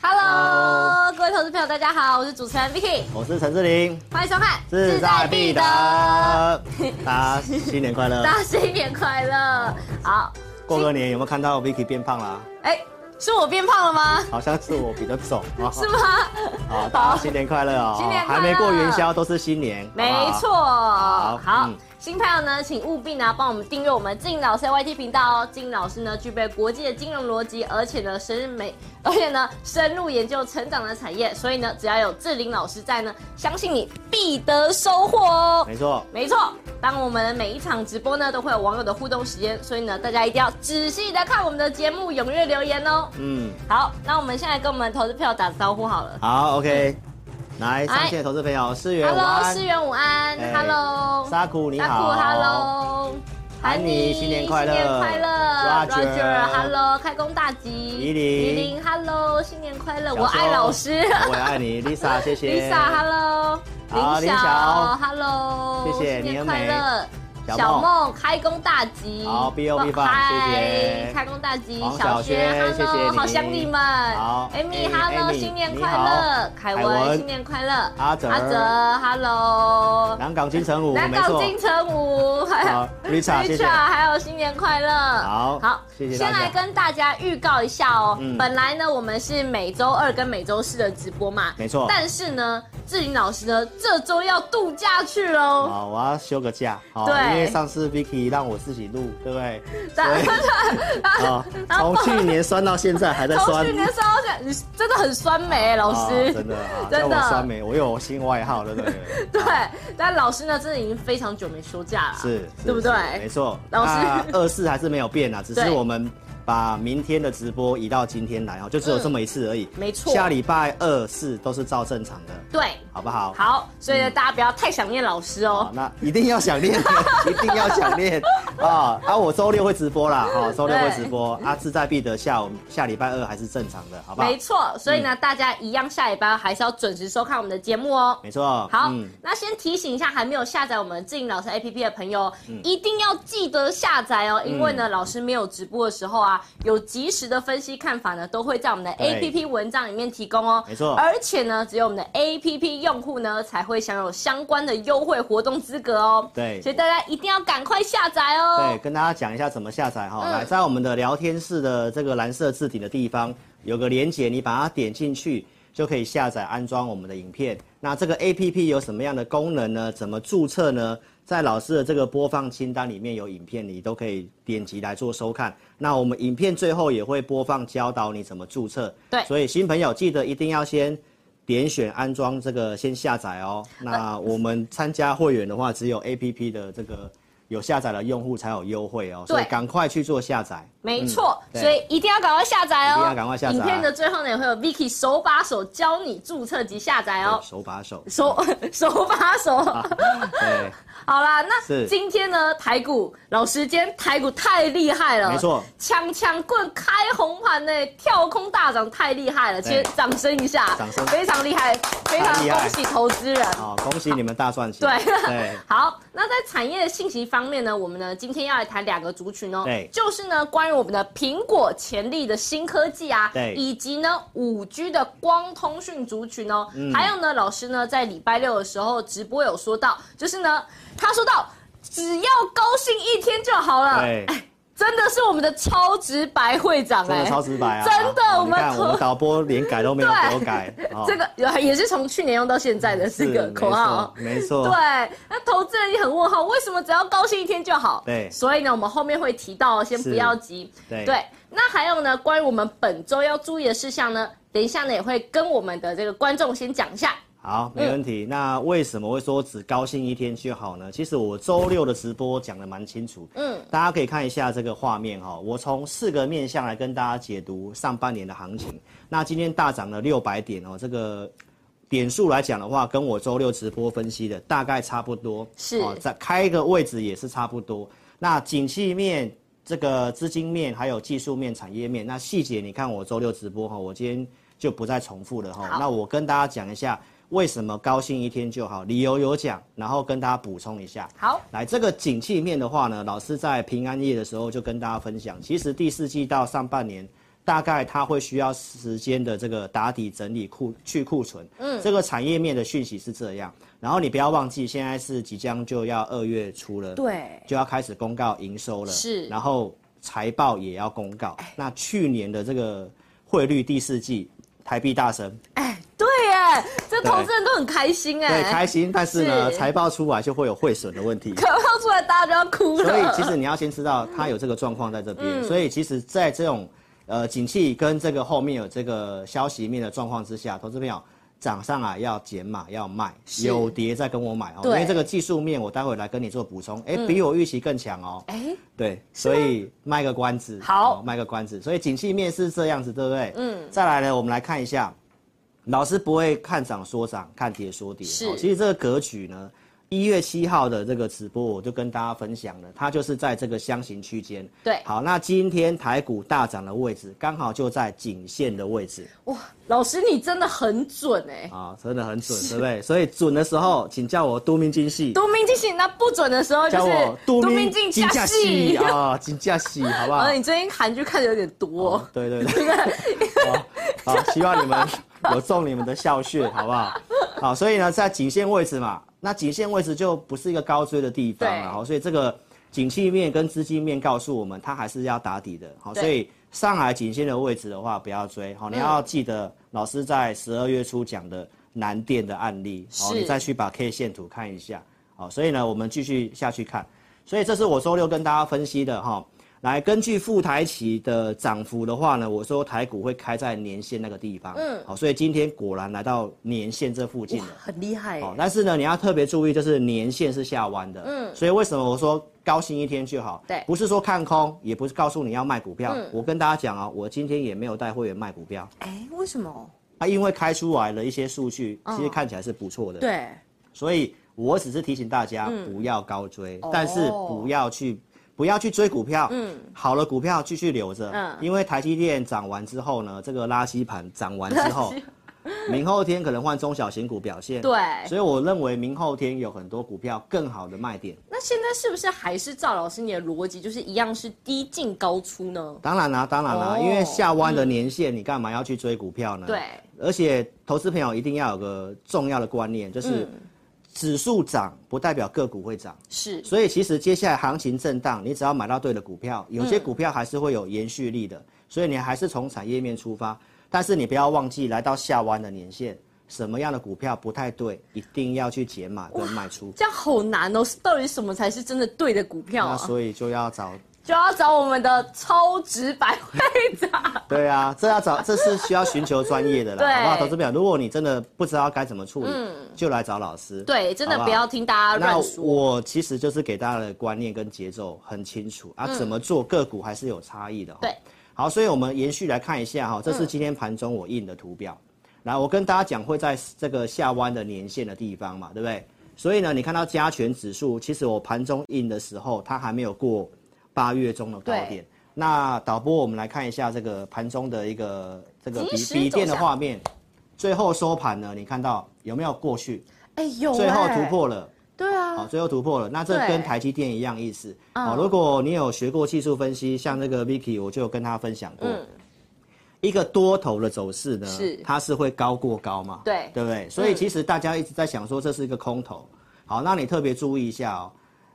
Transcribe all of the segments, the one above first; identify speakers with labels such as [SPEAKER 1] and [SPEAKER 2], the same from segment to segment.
[SPEAKER 1] Hello，,
[SPEAKER 2] Hello
[SPEAKER 1] 各位投资朋友，大家好，我是主持人 Vicky，
[SPEAKER 2] 我是陈志玲，
[SPEAKER 1] 欢迎收看《
[SPEAKER 2] 志在必得
[SPEAKER 1] 大，
[SPEAKER 2] 大家新年快乐！
[SPEAKER 1] 家新年快乐！好，
[SPEAKER 2] 过个年有没有看到 Vicky 变胖啦？
[SPEAKER 1] 哎，是我变胖了吗？
[SPEAKER 2] 好像是我比较肿 啊。
[SPEAKER 1] 是吗？
[SPEAKER 2] 好，大家新年快乐哦！
[SPEAKER 1] 新年快乐
[SPEAKER 2] 还没过元宵都是新年，
[SPEAKER 1] 没错。
[SPEAKER 2] 好不好。
[SPEAKER 1] 好，
[SPEAKER 2] 嗯
[SPEAKER 1] 新朋友呢，请务必呢帮我们订阅我们金老师 YT 频道哦。金老师呢具备国际的金融逻辑，而且呢深美，而且呢深入研究成长的产业，所以呢只要有志玲老师在呢，相信你必得收获哦。
[SPEAKER 2] 没错，
[SPEAKER 1] 没错，当我们每一场直播呢，都会有网友的互动时间，所以呢，大家一定要仔细的看我们的节目，踊跃留言哦。
[SPEAKER 2] 嗯，
[SPEAKER 1] 好，那我们现在跟我们投资票打招呼好了。
[SPEAKER 2] 好，OK。来，上线的投资朋友，世元午
[SPEAKER 1] Hello，
[SPEAKER 2] 哎安
[SPEAKER 1] 思，源午安
[SPEAKER 2] 哎
[SPEAKER 1] ，Hello，
[SPEAKER 2] 沙苦你好
[SPEAKER 1] ，Hello，
[SPEAKER 2] 安妮新年快乐
[SPEAKER 1] 新年快乐
[SPEAKER 2] Roger
[SPEAKER 1] ，Roger，Hello，开工大吉，
[SPEAKER 2] 怡琳
[SPEAKER 1] 怡琳，Hello，新年快乐，
[SPEAKER 2] 小周
[SPEAKER 1] 我爱老师
[SPEAKER 2] 我也 爱你，Lisa，谢谢。
[SPEAKER 1] ，Lisa，Hello，
[SPEAKER 2] 好林晓
[SPEAKER 1] ，Hello，
[SPEAKER 2] 谢谢
[SPEAKER 1] 新
[SPEAKER 2] 你
[SPEAKER 1] 年
[SPEAKER 2] 很
[SPEAKER 1] 快
[SPEAKER 2] 美
[SPEAKER 1] 乐。
[SPEAKER 2] 小
[SPEAKER 1] 小
[SPEAKER 2] 梦
[SPEAKER 1] 梦开工大吉，
[SPEAKER 2] 好，BOB 放
[SPEAKER 1] 嗨
[SPEAKER 2] 谢谢
[SPEAKER 1] 开工大吉，
[SPEAKER 2] 黄
[SPEAKER 1] 小
[SPEAKER 2] 小
[SPEAKER 1] 轩
[SPEAKER 2] 轩谢
[SPEAKER 1] ，Hello，
[SPEAKER 2] 谢你
[SPEAKER 1] 好想你们，
[SPEAKER 2] 好
[SPEAKER 1] Amy
[SPEAKER 2] Amy，
[SPEAKER 1] Hello，
[SPEAKER 2] Amy，
[SPEAKER 1] 新年
[SPEAKER 2] 你
[SPEAKER 1] 快
[SPEAKER 2] 好
[SPEAKER 1] 乐，凯
[SPEAKER 2] 凯
[SPEAKER 1] 文
[SPEAKER 2] 文
[SPEAKER 1] 新年快乐，
[SPEAKER 2] 阿哲
[SPEAKER 1] 阿泽，Hello，
[SPEAKER 2] 南港金城武，
[SPEAKER 1] 南
[SPEAKER 2] 没
[SPEAKER 1] 港
[SPEAKER 2] 错。
[SPEAKER 1] 金城武，还有
[SPEAKER 2] 好，Richard，谢谢
[SPEAKER 1] Richard，还有新年快乐。
[SPEAKER 2] 好
[SPEAKER 1] 好，
[SPEAKER 2] 谢谢大
[SPEAKER 1] 先
[SPEAKER 2] 家
[SPEAKER 1] 来跟大家预告一下哦。
[SPEAKER 2] 嗯
[SPEAKER 1] 本来呢，我们是每周二跟每周四的直播嘛，
[SPEAKER 2] 没错
[SPEAKER 1] 但是呢，志玲老师呢，这周要度假去喽。
[SPEAKER 2] 好，我要休个假，好，
[SPEAKER 1] 对
[SPEAKER 2] 因为上次 Vicky 让我自己录，对 不对？
[SPEAKER 1] 但
[SPEAKER 2] 啊，从去年酸到现在还在
[SPEAKER 1] 从
[SPEAKER 2] 酸
[SPEAKER 1] 去，年烧起来，你真的很酸梅、老
[SPEAKER 2] 啊
[SPEAKER 1] 师。
[SPEAKER 2] 真的啊，
[SPEAKER 1] 真
[SPEAKER 2] 叫
[SPEAKER 1] 的
[SPEAKER 2] 我酸梅，我有新外号了，对不对？
[SPEAKER 1] 对，但老师呢，真的已经非常久没休假了，
[SPEAKER 2] 是，是
[SPEAKER 1] 对不对？
[SPEAKER 2] 是没错。
[SPEAKER 1] 老师
[SPEAKER 2] 那二四还是没有变 啊，只
[SPEAKER 1] 对
[SPEAKER 2] 是我们把明天的直播移到今天来哦，就只有这么一次而已。
[SPEAKER 1] 嗯没错
[SPEAKER 2] 下礼拜二四都是照正常的，
[SPEAKER 1] 对，
[SPEAKER 2] 好不好？
[SPEAKER 1] 好，所
[SPEAKER 2] 嗯
[SPEAKER 1] 以呢，大家不要太想念老师哦
[SPEAKER 2] 啊，。那一定要想 念，一定要想念啊！啊，我周六会直播
[SPEAKER 1] 嗯
[SPEAKER 2] 啦，好，周六会直播啊，志在必得，下午下礼拜二还是正常的，好不好
[SPEAKER 1] 没？错，所以
[SPEAKER 2] 嗯
[SPEAKER 1] 呢，大家一样下礼拜还是要准时收看我们的节目哦。
[SPEAKER 2] 没错，嗯
[SPEAKER 1] 好，那先提醒一下还没有下载我们志颖老师 APP 的朋友，
[SPEAKER 2] 嗯
[SPEAKER 1] 一定要记得下载哦，因为呢，老师没有直播的时候啊，有及时的分析看法呢，都会在我们的
[SPEAKER 2] 对
[SPEAKER 1] APP 文章里面提供哦。
[SPEAKER 2] 没错
[SPEAKER 1] 而且呢，只有我们的 APP 用户呢才会享有相关的优惠活动资格哦。
[SPEAKER 2] 对
[SPEAKER 1] 所以大家一定要赶快下载哦。
[SPEAKER 2] 对，跟大家讲一下怎么下载哈、
[SPEAKER 1] 嗯
[SPEAKER 2] 来，在我们的聊天室的这个蓝色置顶的地方有个连接，你把它点进去就可以下载安装我们的影片。那这个 APP 有什么样的功能呢？怎么注册呢？在老师的这个播放清单里面有影片，你都可以点击来做收看。那我们影片最后也会播放教导你怎么注册。
[SPEAKER 1] 对
[SPEAKER 2] 所以新朋友记得一定要先点选安装这个先下载哦。那我们参加会员的话，只有 APP 的这个有下载的用户才有优惠哦，所以
[SPEAKER 1] 对
[SPEAKER 2] 赶快去做下载。
[SPEAKER 1] 没错，
[SPEAKER 2] 嗯对
[SPEAKER 1] 所以一定要赶快下载哦！
[SPEAKER 2] 一定要赶快下载啊
[SPEAKER 1] 影片的最后呢，也会有 Vicky 手把手教你注册及下载哦
[SPEAKER 2] 对，啊手把手。
[SPEAKER 1] 手 手把手。
[SPEAKER 2] 对，
[SPEAKER 1] 好啦，那
[SPEAKER 2] 是
[SPEAKER 1] 今天呢，台股老师今天台股太厉害了，
[SPEAKER 2] 没错，
[SPEAKER 1] 枪枪棍开红盘呢，跳空大涨太厉害了，
[SPEAKER 2] 对
[SPEAKER 1] 先掌声一下，
[SPEAKER 2] 掌声
[SPEAKER 1] 非常厉害，非常
[SPEAKER 2] 太厉害
[SPEAKER 1] 恭喜投资人。
[SPEAKER 2] 好，哦恭喜你们大赚钱。
[SPEAKER 1] 对
[SPEAKER 2] 对，
[SPEAKER 1] 好，那在产业信息方面呢，我们呢今天要来谈两个族群哦，
[SPEAKER 2] 对
[SPEAKER 1] 就是呢关于我们的苹果潜力的新科技啊，
[SPEAKER 2] 对
[SPEAKER 1] 以及呢五 G 的光通讯族群哦，
[SPEAKER 2] 嗯
[SPEAKER 1] 还有呢老师呢在礼拜六的时候直播有说到，就是呢他说到只要高兴一天就好了，
[SPEAKER 2] 对
[SPEAKER 1] 哎真的是我们的超直白会长
[SPEAKER 2] 真
[SPEAKER 1] 哎、
[SPEAKER 2] 的超直白啊！
[SPEAKER 1] 真的
[SPEAKER 2] 啊
[SPEAKER 1] 我
[SPEAKER 2] 你
[SPEAKER 1] 们
[SPEAKER 2] 看我们导播连改都没有给我 改，哦
[SPEAKER 1] 这个有也是从去年用到现在的这个
[SPEAKER 2] 是
[SPEAKER 1] 口号。
[SPEAKER 2] 没错，没错
[SPEAKER 1] 对，那投资人也很问号，为什么只要高兴一天就好？
[SPEAKER 2] 对
[SPEAKER 1] 所以呢，我们后面会提到，先
[SPEAKER 2] 是
[SPEAKER 1] 不要急。
[SPEAKER 2] 对
[SPEAKER 1] 对，那还有呢，关于我们本周要注意的事项呢，等一下呢也会跟我们的这个观众先讲一下。
[SPEAKER 2] 好，没问
[SPEAKER 1] 哎
[SPEAKER 2] 题。那为什么会说只高兴一天就好呢？其实我周六的直播讲的蛮清楚，
[SPEAKER 1] 嗯
[SPEAKER 2] 嗯，大家可以看一下这个画面哈、我从四个面向来跟大家解读上半年的行情。那今天大涨了六百点哦，这个点数来讲的话，跟我周六直播分析的大概差不多，
[SPEAKER 1] 是
[SPEAKER 2] 再开一个位置也是差不多。那景气面、这个资金面、还有技术面、产业面，那细节你看我周六直播哈，我今天就不再重复了哈
[SPEAKER 1] 好。
[SPEAKER 2] 那我跟大家讲一下为什么高兴一天就好，理由有讲，然后跟大家补充一下。
[SPEAKER 1] 好，
[SPEAKER 2] 来，这个景气面的话呢，老师在平安夜的时候就跟大家分享，其实第四季到上半年，大概它会需要时间的这个打底整理库去库存。嗯，这个产业面的讯息是这样。然后你不要忘记，现在是即将就要二月初了，，
[SPEAKER 1] 对，
[SPEAKER 2] 就要开始公告营收了，
[SPEAKER 1] 是哎
[SPEAKER 2] 然后财报也要公告。那去年的这个汇率第四季，台币大升，
[SPEAKER 1] 对哎，这投资人都很开心
[SPEAKER 2] 对，
[SPEAKER 1] 哎，
[SPEAKER 2] 开心，但是呢，
[SPEAKER 1] 是
[SPEAKER 2] 财报出来就会有汇损的问题。
[SPEAKER 1] 可怕出来大家都要哭了。
[SPEAKER 2] 所以其实你要先知道它有这个状况在这边，
[SPEAKER 1] 嗯
[SPEAKER 2] 所以其实，在这种呃景气跟这个后面有这个消息面的状况之下，投资朋友涨上来要减码要卖，
[SPEAKER 1] 是
[SPEAKER 2] 有跌再跟我买哦，因
[SPEAKER 1] 对嗯
[SPEAKER 2] 为这个技术面我待会来跟你做补充，哎，比我预期更强哦，
[SPEAKER 1] 哎，
[SPEAKER 2] 对，所以卖个关子，
[SPEAKER 1] 好
[SPEAKER 2] 哦卖个关子，所以景气面是这样子，对不对？嗯，再来呢，我们来看一下，老师不会看涨说涨，看跌说跌，哦
[SPEAKER 1] 是
[SPEAKER 2] 其实这个格局呢。一月七号的这个直播，我就跟大家分享了，它就是在这个箱型区间。
[SPEAKER 1] 对
[SPEAKER 2] 好，那今天台股大涨的位置，刚好就在颈线的位置
[SPEAKER 1] 哇，老师你真的很准哎。
[SPEAKER 2] 啊、真的很准，对不对？所以准的时候，请叫我都明精细，
[SPEAKER 1] 读明进行，那不准的时候就
[SPEAKER 2] 叫
[SPEAKER 1] 是
[SPEAKER 2] 我都明
[SPEAKER 1] 进
[SPEAKER 2] 金
[SPEAKER 1] 下
[SPEAKER 2] 价细 啊，金价细，好不好
[SPEAKER 1] 呃，？你最近韩剧看的有点多。
[SPEAKER 2] 对对对，好，好，啊希望你们有中你们的校 训，好不好？好，所以呢，在颈线位置嘛，那颈线位置就不是一个高追的地方啊
[SPEAKER 1] 对
[SPEAKER 2] 了，好，所以这个景气面跟资金面告诉我们，它还是要打底的，好，
[SPEAKER 1] 对嗯
[SPEAKER 2] 所以上海颈线的位置的话，不要追，好，你要记得老师在十二月初讲的南电的案例，好，
[SPEAKER 1] 是
[SPEAKER 2] 你再去把 K 线图看一下，好，所以呢，我们继续下去看，所以这是我周六跟大家分析的哈。来，根据副台企的涨幅的话呢，我说台股会开在年线那个地方，嗯，好，所以今天果然来到年线这附近了。
[SPEAKER 1] 很厉害
[SPEAKER 2] 好，但是呢，你要特别注意，就是年线是下弯的，嗯，所以为什么我说高兴一天就好？
[SPEAKER 1] 对
[SPEAKER 2] 不是说看空，也不是告诉你要卖股票。我跟大家讲啊，我今天也没有带会员卖股票，
[SPEAKER 1] 哎，为什么？
[SPEAKER 2] 啊，因为开出来了一些数据，其实看起来是不错的，，
[SPEAKER 1] 对，
[SPEAKER 2] 所以我只是提醒大家
[SPEAKER 1] 嗯
[SPEAKER 2] 不要高追，
[SPEAKER 1] 哦
[SPEAKER 2] 但是不要去不要去追股票，嗯，好的股票继续留着，
[SPEAKER 1] 嗯
[SPEAKER 2] 因为台积电涨完之后呢，这个拉稀盘涨完之后， 明后天可能换中小型股表现，
[SPEAKER 1] 对
[SPEAKER 2] 所以我认为明后天有很多股票更好的卖点。
[SPEAKER 1] 那现在是不是还是赵老师你的逻辑，就是一样是低进高出呢？
[SPEAKER 2] 当然啦、当然啦、
[SPEAKER 1] 哦
[SPEAKER 2] 因为下弯的年限，你干嘛要去追股票呢？
[SPEAKER 1] 对，
[SPEAKER 2] 而且投资朋友一定要有个重要的观念，就是
[SPEAKER 1] 嗯
[SPEAKER 2] 指数涨不代表个股会涨。
[SPEAKER 1] 是，
[SPEAKER 2] 所以其实接下来行情震荡，你只要买到对的股票，有
[SPEAKER 1] 嗯
[SPEAKER 2] 些股票还是会有延续力的，所以你还是从产业面出发，但是你不要忘记来到下弯的年限，什么样的股票不太对，一定要去解码跟卖出。
[SPEAKER 1] 这样好难哦。到底什么才是真的对的股票
[SPEAKER 2] 那
[SPEAKER 1] 啊？
[SPEAKER 2] 所以就要找，
[SPEAKER 1] 就要找我们的超直白会长。
[SPEAKER 2] 对啊，这要找，这是需要寻求专业的
[SPEAKER 1] 对嗯
[SPEAKER 2] 啦， 好不好？投资表，如果你真的不知道该怎么处理，就来找老师。
[SPEAKER 1] 对，真的
[SPEAKER 2] 好不好
[SPEAKER 1] 不要听大家
[SPEAKER 2] 那
[SPEAKER 1] 乱说。
[SPEAKER 2] 我其实就是给大家的观念跟节奏很清楚啊，怎么做个股还是有差异的哈。
[SPEAKER 1] 嗯对，嗯
[SPEAKER 2] 好，所以我们延续来看一下哈，这是今天盘中我印的图表。来，我跟大家讲会在这个下弯的年线的地方嘛，对不对？所以呢，你看到加权指数，其实我盘中印的时候，它还没有过八月中的高点。那导播，我们来看一下这个盘中的一个这个
[SPEAKER 1] 即
[SPEAKER 2] 笔
[SPEAKER 1] 时
[SPEAKER 2] 笔电的
[SPEAKER 1] 走向
[SPEAKER 2] 画面，最后收盘呢，你看到有没有过去？
[SPEAKER 1] 哎，有
[SPEAKER 2] 最后
[SPEAKER 1] 哎
[SPEAKER 2] 突。破了。
[SPEAKER 1] 对
[SPEAKER 2] 好、
[SPEAKER 1] 啊，
[SPEAKER 2] 哦最后突破了。那这
[SPEAKER 1] 对嗯
[SPEAKER 2] 跟台积电一样意思。好、如果你有学过技术分析，像那个 Vicky，我就有跟他分享过，一个多头的走势呢，
[SPEAKER 1] 嗯是
[SPEAKER 2] 它是会高过高嘛，
[SPEAKER 1] 对
[SPEAKER 2] 对不对？所以
[SPEAKER 1] 嗯
[SPEAKER 2] 其实大家一直在想说这是一个空头。好，那你特别注意一下哦，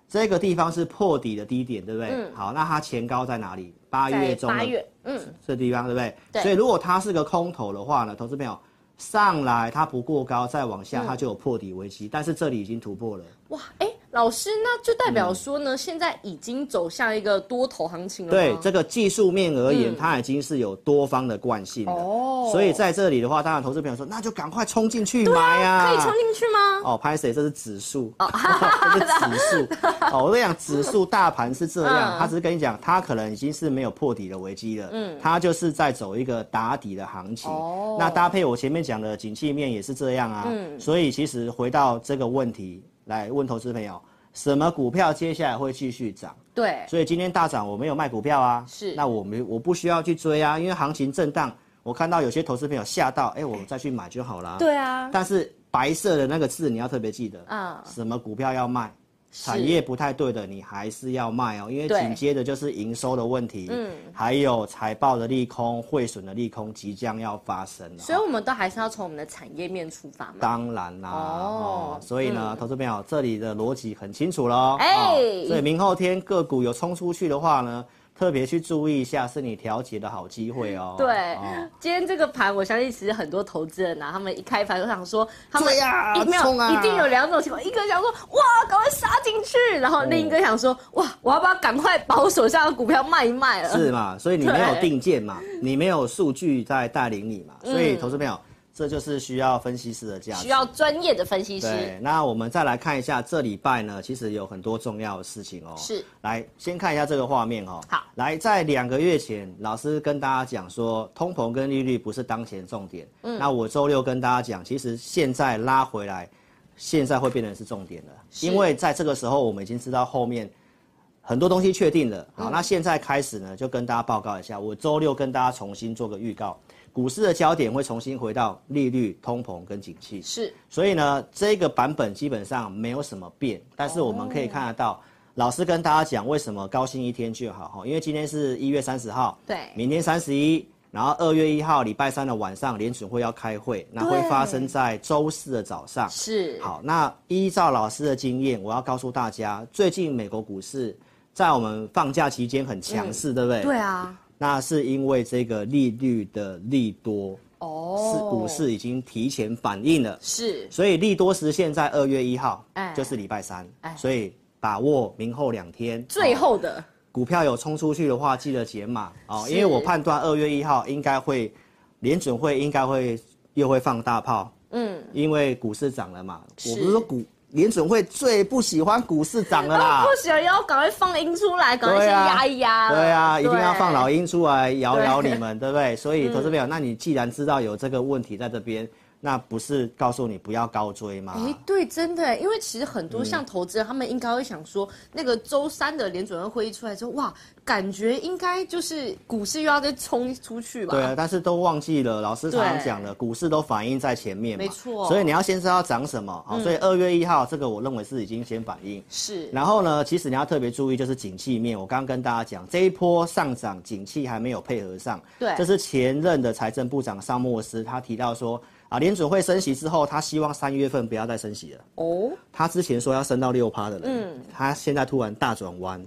[SPEAKER 2] 这个地方是破底的低点，对不对？好，那它前高在哪里？八月
[SPEAKER 1] 嗯在
[SPEAKER 2] 中的
[SPEAKER 1] 八月，嗯，
[SPEAKER 2] 这地方，对不对？
[SPEAKER 1] 对
[SPEAKER 2] 所以如果它是个空头的话呢，投资朋友上来它不过高，再往
[SPEAKER 1] 嗯
[SPEAKER 2] 下它就有破底危机，但是这里已经突破了。
[SPEAKER 1] 哇，哎，老师，那就代表说呢，现在已经走向一个多头行情了吗
[SPEAKER 2] 嗯对，这个技术面而言，它已经是有多方的惯性了。
[SPEAKER 1] 嗯哦
[SPEAKER 2] 所以在这里的话，当然投资朋友说，那就赶快冲进去买啊！
[SPEAKER 1] 可以冲进去哦吗？
[SPEAKER 2] 哦，拍谁？这是指数， 这是指数。 哦，我跟你讲，指数大盘是这
[SPEAKER 1] 嗯
[SPEAKER 2] 样，他只是跟你讲，它可能已经是没有破底的危机了，嗯，它就是在走一个打底的行情。
[SPEAKER 1] 哦
[SPEAKER 2] 那搭配我前面讲的景气面也是这样啊，嗯，所以其实回到这个问题来问投资朋友，什么股票接下来会继续涨？
[SPEAKER 1] 对，
[SPEAKER 2] 所以今天大涨，我没有卖股票啊，
[SPEAKER 1] 是
[SPEAKER 2] 那我没我不需要去追啊，因为行情震荡，我看到有些投资朋友吓到，哎、我再去买就好啦。
[SPEAKER 1] 对啊，
[SPEAKER 2] 但是白色的那个字你要特别记得，
[SPEAKER 1] 啊
[SPEAKER 2] 什么股票要卖，产业不太对的你还是要卖哦，因为
[SPEAKER 1] 对
[SPEAKER 2] 紧接着就是营收的问题，嗯，还有财报的利空、汇损的利空即将要发生了哦。
[SPEAKER 1] 所以我们都还是要从我们的产业面出发嘛。
[SPEAKER 2] 当然啦，
[SPEAKER 1] 哦
[SPEAKER 2] 哦，所以呢，投资朋友这里的逻辑很清楚喽。
[SPEAKER 1] 哎
[SPEAKER 2] 哦所以明后天个股有冲出去的话呢，特别去注意一下，是你调节的好机会哦。
[SPEAKER 1] 对
[SPEAKER 2] 哦，
[SPEAKER 1] 今天这个盘，我相信其实很多投资人啊，他们一开盘就想说，他们
[SPEAKER 2] 对呀
[SPEAKER 1] 一没有
[SPEAKER 2] 冲啊
[SPEAKER 1] 一定有两种情况，一个想说哇，赶快杀进去，然后另一个想说哇，我要不要赶快把我手上的股票卖一卖了？
[SPEAKER 2] 嗯 是嘛？所以你没有定见嘛，你没有数据在带领你嘛，所以投资朋友，这就是需要分析师的价值。
[SPEAKER 1] 嗯需要专业的分析
[SPEAKER 2] 对
[SPEAKER 1] 师，，
[SPEAKER 2] 那我们再来看一下这礼拜呢，其实有很多重要的事情哦。
[SPEAKER 1] 是，
[SPEAKER 2] 来先看一下这个画面哦。
[SPEAKER 1] 好，
[SPEAKER 2] 来在两个月前，老师跟大家讲说，通膨跟利率不是当前重点。嗯，那我周六跟大家讲，其实现在拉回来，现在会变成是重点了，因为在这个时候我们已经知道后面。很多东西确定了，好，那现在开始呢，就跟大家报告一下，我周六跟大家重新做个预告，股市的焦点会重新回到利率、通膨跟景气。
[SPEAKER 1] 是
[SPEAKER 2] 所以呢，这个版本基本上没有什么变，但是我们可以看得到，老师跟大家讲为什么高兴一天就好哈，因为今天是一月三十号，
[SPEAKER 1] 对
[SPEAKER 2] 明天三十一，然后二月一号礼拜三的晚上联准会要开会，那会
[SPEAKER 1] 对
[SPEAKER 2] 发生在周四的早上。
[SPEAKER 1] 是，
[SPEAKER 2] 好，那依照老师的经验，我要告诉大家，最近美国股市在我们放假期间很强势，对不对？
[SPEAKER 1] 对。啊，
[SPEAKER 2] 那是因为这个利率的利多
[SPEAKER 1] 哦，
[SPEAKER 2] 是股市已经提前反应了。
[SPEAKER 1] 是
[SPEAKER 2] 所以利多实现在二月一号，
[SPEAKER 1] 哎
[SPEAKER 2] 就是礼拜三，
[SPEAKER 1] 哎
[SPEAKER 2] 所以把握明后两天。
[SPEAKER 1] 最
[SPEAKER 2] 哦、
[SPEAKER 1] 后的
[SPEAKER 2] 股票有冲出去的话，记得解码哦，
[SPEAKER 1] 是
[SPEAKER 2] 因为我判断二月一号应该会，联准会应该会又会放大炮，嗯，因为股市涨了嘛。
[SPEAKER 1] 是
[SPEAKER 2] 我不是说股联准会最不喜欢股市涨了啦
[SPEAKER 1] 不。行，要赶快放音出来，赶快先
[SPEAKER 2] 对啊
[SPEAKER 1] 压一压了。
[SPEAKER 2] 对啊，一定要放老
[SPEAKER 1] 对
[SPEAKER 2] 鹰出来摇
[SPEAKER 1] 对嗯
[SPEAKER 2] 摇你们，对 不对？所以投资朋友，那你既然知道有这个问题在这边，那不是告诉你不要高追吗？
[SPEAKER 1] 哎，对，真的，因为其实很
[SPEAKER 2] 嗯
[SPEAKER 1] 多像投资人，他们应该会想说，那个周三的联准会会议出来之后，哇，感觉应该就是股市又要再冲出去吧？
[SPEAKER 2] 对啊，但是都忘记了，老师常常
[SPEAKER 1] 对
[SPEAKER 2] 讲的，股市都反映在前面嘛，
[SPEAKER 1] 没错嗯
[SPEAKER 2] 所以你要先知道涨什么，好、所以二月一号这个我认为是已经先反应。
[SPEAKER 1] 是，
[SPEAKER 2] 然后呢，其实你要特别注意就是景气面，我刚刚跟大家讲，这一波上涨景气还没有配合上，
[SPEAKER 1] 对
[SPEAKER 2] 这是前任的财政部长尚莫斯他提到说啊，联准会升息之后，他希望三月份不要再升息了。
[SPEAKER 1] 哦，
[SPEAKER 2] 他之前说要升到六趴的人，
[SPEAKER 1] 嗯
[SPEAKER 2] 他现在突然大转弯，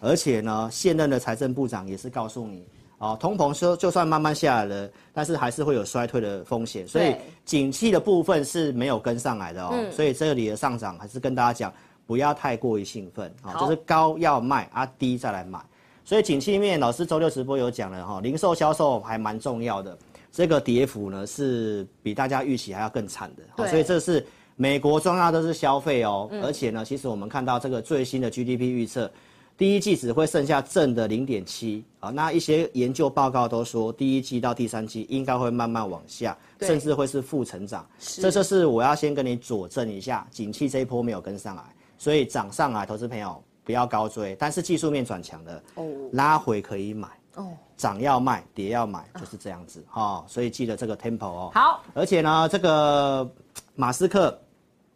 [SPEAKER 2] 而且呢，现任的财政部长也是告诉你，哦，通膨说就算慢慢下来了，但是还是会有衰退的风险，所以
[SPEAKER 1] 对嗯
[SPEAKER 2] 景气的部分是没有跟上来的哦，所以这里的上涨还是跟大家讲，不要太过于兴奋，哦，
[SPEAKER 1] 好
[SPEAKER 2] 就是高要卖啊，低再来买。所以景气面，老师周六直播有讲了哈，零售销售还蛮重要的。这个跌幅呢是比大家预期还要更惨的，好
[SPEAKER 1] 对嗯
[SPEAKER 2] 所以这是美国重要都是消费哦，而且呢，其实我们看到这个最新的 GDP 预测，第一季只会剩下正的零点七啊，那一些研究报告都说第一季到第三季应该会慢慢往下，
[SPEAKER 1] 对
[SPEAKER 2] 甚至会是负成长，这就是我要先跟你佐证一下，景气这一波没有跟上来，所以涨上来，投资朋友不要高追，但是技术面转强的，
[SPEAKER 1] 哦
[SPEAKER 2] 拉回可以买。
[SPEAKER 1] 哦，
[SPEAKER 2] 涨要卖，跌要买，就是这样子哈、哦。所以记得这个 tempo 哦。
[SPEAKER 1] 好，
[SPEAKER 2] 而且呢，这个嘖马斯克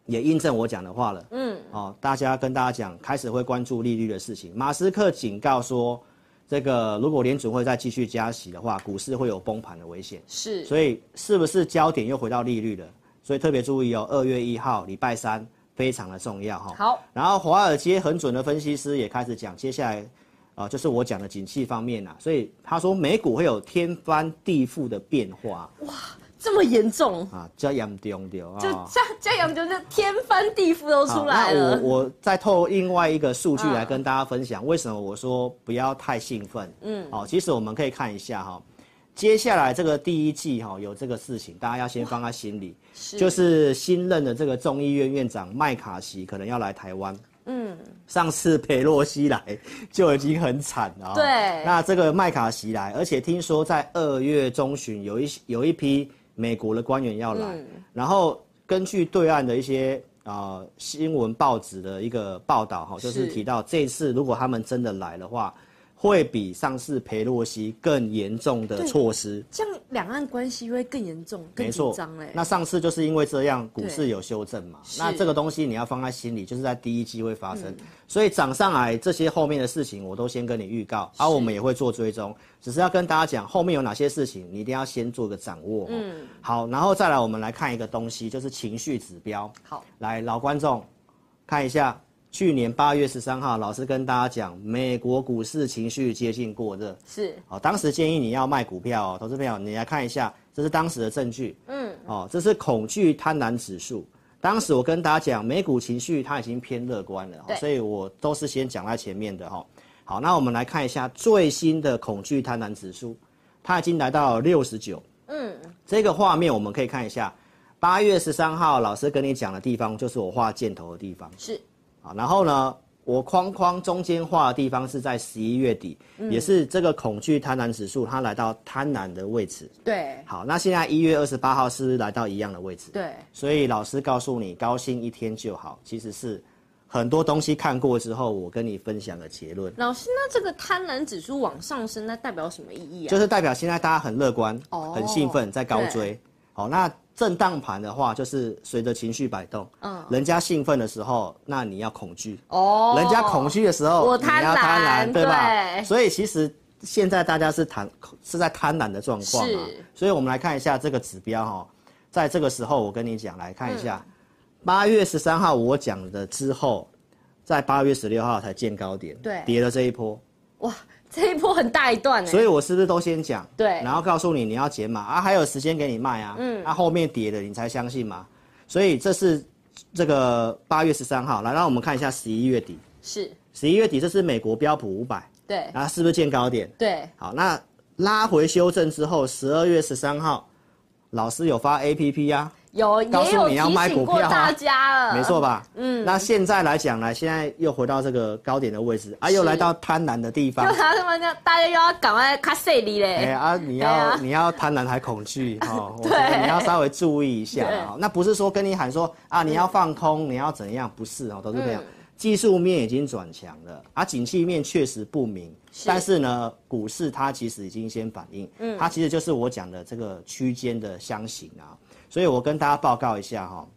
[SPEAKER 2] 也印证我讲的话了。嗯，哦，大家跟大家讲，开始会关注利率的事情。马斯克警告说，这个如果联准会再继续加息的话，股市会有崩盘的危险。
[SPEAKER 1] 是，
[SPEAKER 2] 所以是不是焦点又回到利率了？所以特别注意哦，二月一号礼拜三非常的重要哈。
[SPEAKER 1] 好，
[SPEAKER 2] 然后华尔街很准的分析师也开始讲，接下来，呃，就是我讲的景气方面啊啦。所以他说美股会有天翻地覆的变化
[SPEAKER 1] 这么严重，
[SPEAKER 2] 啊，叫严重丢啊。啊
[SPEAKER 1] 就嘉嘉阳就是天翻地覆都出来
[SPEAKER 2] 那
[SPEAKER 1] 了。啊
[SPEAKER 2] 我我再透另外一个数据来跟大家分享，为什么我说不要太兴奋？嗯，好、其实我们可以看一下哈、接下来这个第一季哈、有这个事情，大家要先放在心里，就是新任的这个众议院院长麦卡锡可能要来台湾。嗯，上次佩洛西来就已经很惨了、哦。
[SPEAKER 1] 对
[SPEAKER 2] 那这个麦卡锡来，而且听说在二月中旬有一些有一批美国的官员要来，然后根据对岸的一些呃新闻报纸的一个报道哈，就是
[SPEAKER 1] 是
[SPEAKER 2] 提到这一次如果他们真的来的话，会比上次佩洛西更严重的措施。
[SPEAKER 1] 这样两岸关系会更严重、更
[SPEAKER 2] 没
[SPEAKER 1] 紧
[SPEAKER 2] 错
[SPEAKER 1] 张嘞，。欸
[SPEAKER 2] 那上次就是因为这样，股
[SPEAKER 1] 对
[SPEAKER 2] 市有修正嘛。
[SPEAKER 1] 是嗯
[SPEAKER 2] 那这个东西你要放在心里，就是在第一季会发生，所以涨上来这些后面的事情，我都先跟你预告，而、啊、我们也会做追踪，只是要跟大家讲后面有哪些事情，你一定要先做个掌握。嗯，好，然后再来我们来看一个东西，就是情绪指标。
[SPEAKER 1] 好，
[SPEAKER 2] 来老观众看一下，去年八月十三号，老师跟大家讲，美国股市情绪接近过热。
[SPEAKER 1] 是
[SPEAKER 2] 哦，当时建议你要卖股票哦，投资朋友，你来看一下，这是当时的证据。嗯，哦，这是恐惧贪婪指数。当时我跟大家讲，美股情绪它已经偏乐观了，哦
[SPEAKER 1] 对
[SPEAKER 2] 所以我都是先讲在前面的哈、哦。好，那我们来看一下最新的恐惧贪婪指数，它已经来到六十九。嗯，这个画面我们可以看一下，八月十三号老师跟你讲的地方，就是我画箭头的地方。
[SPEAKER 1] 是，
[SPEAKER 2] 啊，然后呢，我框框中间画的地方是在十一月底，
[SPEAKER 1] 嗯
[SPEAKER 2] 也是这个恐惧贪婪指数它来到贪婪的位置。
[SPEAKER 1] 对
[SPEAKER 2] 好，那现在一月二十八号是不是来到一样的位置？
[SPEAKER 1] 对，
[SPEAKER 2] 所以老师告诉你，高兴一天就好，其实是很多东西看过之后，我跟你分享的结论，
[SPEAKER 1] 老师，那这个贪婪指数往上升，那代表什么意义啊？
[SPEAKER 2] 就是代表现在大家很乐观，
[SPEAKER 1] 哦
[SPEAKER 2] 很兴奋，在高追。好，那震荡盘的话，就是随着情绪摆动。嗯，人家兴奋的时候，那你要恐惧。
[SPEAKER 1] 哦
[SPEAKER 2] 人家恐惧的时候，
[SPEAKER 1] 我
[SPEAKER 2] 你要
[SPEAKER 1] 贪婪
[SPEAKER 2] 贪婪，对吧？
[SPEAKER 1] 对
[SPEAKER 2] 所以其实现在大家是贪是在贪婪的状况啊
[SPEAKER 1] 是。
[SPEAKER 2] 所以我们来看一下这个指标哈、在这个时候我跟你讲，来看一
[SPEAKER 1] 嗯
[SPEAKER 2] 下，八、月十三号我讲的之后，在八月十六号才见高点，
[SPEAKER 1] 对
[SPEAKER 2] 跌了这一波，
[SPEAKER 1] 哇，这一波很大一段呢。欸
[SPEAKER 2] 所以我是不是都先讲？
[SPEAKER 1] 对
[SPEAKER 2] 然后告诉你你要减码啊，还有时间给你卖啊，嗯，啊后面跌了你才相信嘛，所以这是这个八月十三号，来让我们看一下十一月底。
[SPEAKER 1] 是，
[SPEAKER 2] 十一月底，这是美国标普五百，
[SPEAKER 1] 对
[SPEAKER 2] 啊，是不是见高点？
[SPEAKER 1] 对，
[SPEAKER 2] 好，那拉回修正之后，十二月十三号，老师有发 A P P 呀、
[SPEAKER 1] 有
[SPEAKER 2] 告
[SPEAKER 1] 也
[SPEAKER 2] 诉
[SPEAKER 1] 有
[SPEAKER 2] 你要
[SPEAKER 1] 提
[SPEAKER 2] 卖
[SPEAKER 1] 醒
[SPEAKER 2] 股
[SPEAKER 1] 过
[SPEAKER 2] 票啊
[SPEAKER 1] 大家了，
[SPEAKER 2] 没错。吧？嗯，那现在来讲呢，现在又回到这个高点的位置，啊，又来到贪婪的地方
[SPEAKER 1] 就，他他妈这样，大家又要赶快卡塞里
[SPEAKER 2] 哎、
[SPEAKER 1] 嘞。
[SPEAKER 2] 啊，你要、
[SPEAKER 1] 哎呀
[SPEAKER 2] 你要贪婪还恐惧哦，我
[SPEAKER 1] 对
[SPEAKER 2] 觉得你要稍微注意一下
[SPEAKER 1] 对嗯
[SPEAKER 2] 啊、哦。那不是说跟你喊说啊，你要放空，你要怎样，不是哦，都是这样。技术面已经转强了，啊，景气面确实不明，但是呢，股市它其实已经先反应，嗯，它其实就是我讲的这个区间的箱型啊，所以我跟大家报告一下哈、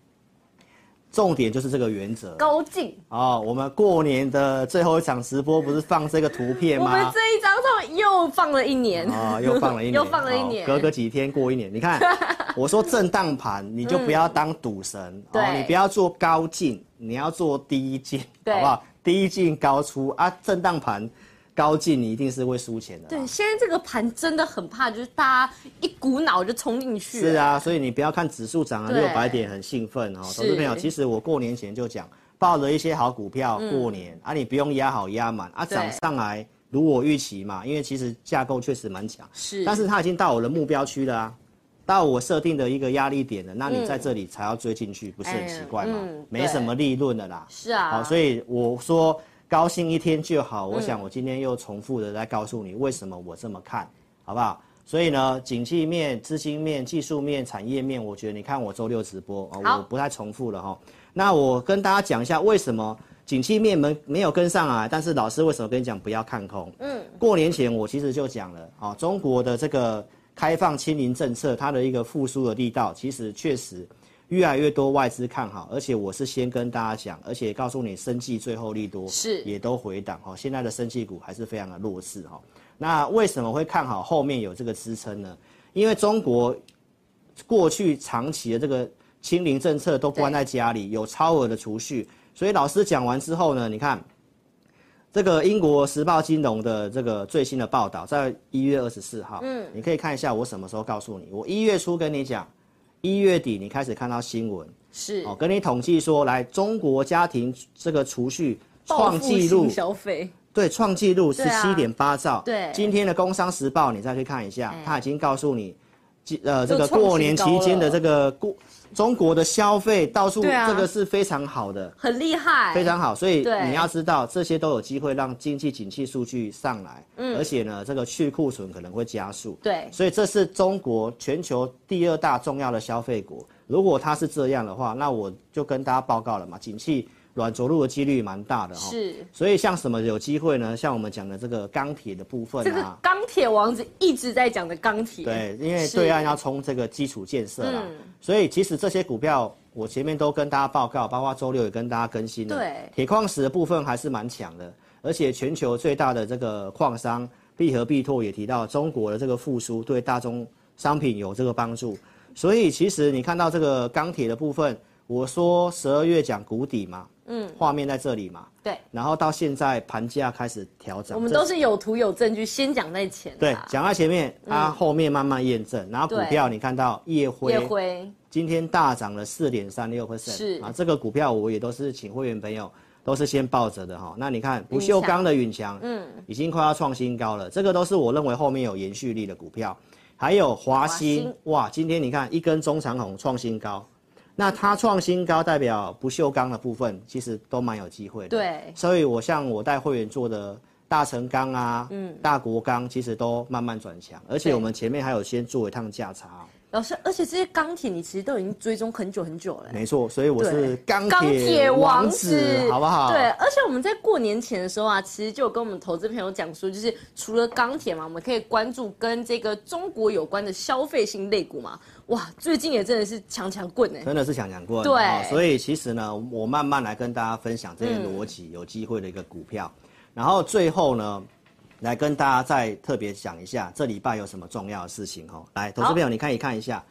[SPEAKER 2] 重点就是这个原则
[SPEAKER 1] 高进，
[SPEAKER 2] 哦。我们过年的最后一场直播不是放这个图片
[SPEAKER 1] 我
[SPEAKER 2] 吗？
[SPEAKER 1] 们这一张他们又放了一年，
[SPEAKER 2] 哎哦，又放了一年，
[SPEAKER 1] 又放了一年
[SPEAKER 2] 哦隔个几天过一年。你看，我说震荡盘，你就不要当赌神，哦，
[SPEAKER 1] 嗯对
[SPEAKER 2] 你不要做高进，你要做低进，
[SPEAKER 1] 对
[SPEAKER 2] 好不好？低进高出啊，震荡盘高进你一定是会输钱的啦。
[SPEAKER 1] 对，现在这个盘真的很怕，就是大家一股脑就冲进去。
[SPEAKER 2] 是，啊，所以你不要看指数涨了
[SPEAKER 1] 对
[SPEAKER 2] 六百点很兴奋哦，
[SPEAKER 1] 是
[SPEAKER 2] 投资朋友，其实我过年前就讲，抱了一些好股票过年、啊，你不用压好压满啊，
[SPEAKER 1] 嗯对
[SPEAKER 2] 涨上来如我预期嘛，因为其实架构确实蛮强。
[SPEAKER 1] 是，
[SPEAKER 2] 但是它已经到我的目标区了啊，到我设定的一个压力点了，那你在这里才要追进去，不是很奇怪吗？
[SPEAKER 1] 嗯哎呀嗯
[SPEAKER 2] 没什么利润的啦。
[SPEAKER 1] 是啊，嗯
[SPEAKER 2] 好，哦所以我说高兴一天就好。我想我今天又重复的在告诉你为什么我这么看，好不好？所以呢，景气面、资金面、技术面、产业面，我觉得你看我周六直播啊、
[SPEAKER 1] 好
[SPEAKER 2] 我不太重复了哈。那我跟大家讲一下为什么景气面没没有跟上来，但是老师为什么跟你讲不要看空？嗯，过年前我其实就讲了啊、中国的这个开放清零政策，它的一个复苏的力道，其实确实越来越多外资看好，而且我是先跟大家讲，而且告诉你，生技最后利多
[SPEAKER 1] 是
[SPEAKER 2] 也都回档哈，现在的生技股还是非常的弱势哈。那为什么会看好后面有这个支撑呢？因为中国过去长期的这个清零政策都关在家里，有超额的储蓄。所以老师讲完之后呢，你看这个英国《时报金融》的这个最新的报道，在一月二十四号，嗯，你可以看一下我什么时候告诉你，我一月初跟你讲，一月底你开始看到新闻，
[SPEAKER 1] 是
[SPEAKER 2] 哦，跟你统计说，来中国家庭这个储蓄
[SPEAKER 1] 报
[SPEAKER 2] 创
[SPEAKER 1] 复
[SPEAKER 2] 纪录
[SPEAKER 1] 性，消费，
[SPEAKER 2] 对，创纪录十
[SPEAKER 1] 对啊
[SPEAKER 2] 七点八兆。
[SPEAKER 1] 对嗯
[SPEAKER 2] 今天的《工商时报》你再去看一下，它已经告诉你，今呃，这个
[SPEAKER 1] 又创新
[SPEAKER 2] 过年期间的这个过中国的消费到处，
[SPEAKER 1] 对啊
[SPEAKER 2] 这个是非常好的，
[SPEAKER 1] 很厉害，
[SPEAKER 2] 非常好。所以
[SPEAKER 1] 对
[SPEAKER 2] 你要知道，这些都有机会让经济景气数据上来，而且呢，这个去库存可能会加速。
[SPEAKER 1] 嗯对
[SPEAKER 2] 所以这是中国全球第二大重要的消费国。如果它是这样的话，那我就跟大家报告了嘛，景气软着陆的几率蛮大的哈。
[SPEAKER 1] 是。
[SPEAKER 2] 所以像什么有机会呢？像我们讲的这个钢铁的部分
[SPEAKER 1] 这个
[SPEAKER 2] 啊，
[SPEAKER 1] 钢铁王子一直在讲的钢铁，
[SPEAKER 2] 对，因为
[SPEAKER 1] 是嗯
[SPEAKER 2] 对岸要冲这个基础建设啦，所以其实这些股票我前面都跟大家报告，包括周六也跟大家更新了。
[SPEAKER 1] 对
[SPEAKER 2] 铁矿石的部分还是蛮强的，而且全球最大的这个矿商必和必拓也提到，中国的这个复苏对大宗商品有这个帮助。所以其实你看到这个钢铁的部分，我说十二月讲谷底嘛，嗯，画面在这里嘛，
[SPEAKER 1] 对，
[SPEAKER 2] 然后到现在盘价开始调整，
[SPEAKER 1] 我们
[SPEAKER 2] 这
[SPEAKER 1] 都是有图有证据，先讲在前啊。
[SPEAKER 2] 对，讲到前面，它、后面慢慢验证，然后股
[SPEAKER 1] 对
[SPEAKER 2] 票你看到夜辉，
[SPEAKER 1] 叶辉
[SPEAKER 2] 今天大涨了四点三六 percent，
[SPEAKER 1] 是
[SPEAKER 2] 啊，这个股票我也都是请会员朋友都是先抱着的哈。那你看不
[SPEAKER 1] 云翔
[SPEAKER 2] 锈钢的允强，嗯，已经快要创新高了，这个都是我认为后面有延续力的股票。还有华
[SPEAKER 1] 华
[SPEAKER 2] 兴
[SPEAKER 1] 兴，
[SPEAKER 2] 哇，今天你看一根中长红创新高，那它创新高代表不锈钢的部分其实都蛮有机会的。
[SPEAKER 1] 对
[SPEAKER 2] 所以我像我带会员做的大成钢啊，嗯，大国钢其实都慢慢转强，而且
[SPEAKER 1] 对
[SPEAKER 2] 我们前面还有先做一趟价差哦、
[SPEAKER 1] 老师，而且这些钢铁你其实都已经追踪很久很久了。
[SPEAKER 2] 没错，所以我是
[SPEAKER 1] 对
[SPEAKER 2] 钢
[SPEAKER 1] 钢
[SPEAKER 2] 铁
[SPEAKER 1] 铁
[SPEAKER 2] 王
[SPEAKER 1] 王
[SPEAKER 2] 子，好不好？
[SPEAKER 1] 对，，而且我们在过年前的时候啊，其实就有跟我们投资朋友讲说，就是除了钢铁嘛，我们可以关注跟这个中国有关的消费性类股嘛。哇，最近也真的是强强棍哎、
[SPEAKER 2] 真的是想讲过。
[SPEAKER 1] 对
[SPEAKER 2] 所以其实呢，我慢慢来跟大家分享这些逻辑，有机会的一个股票。然后最后呢，来跟大家再特别讲一下这礼拜有什么重要的事情哦。来，投资朋友，你看一看一下。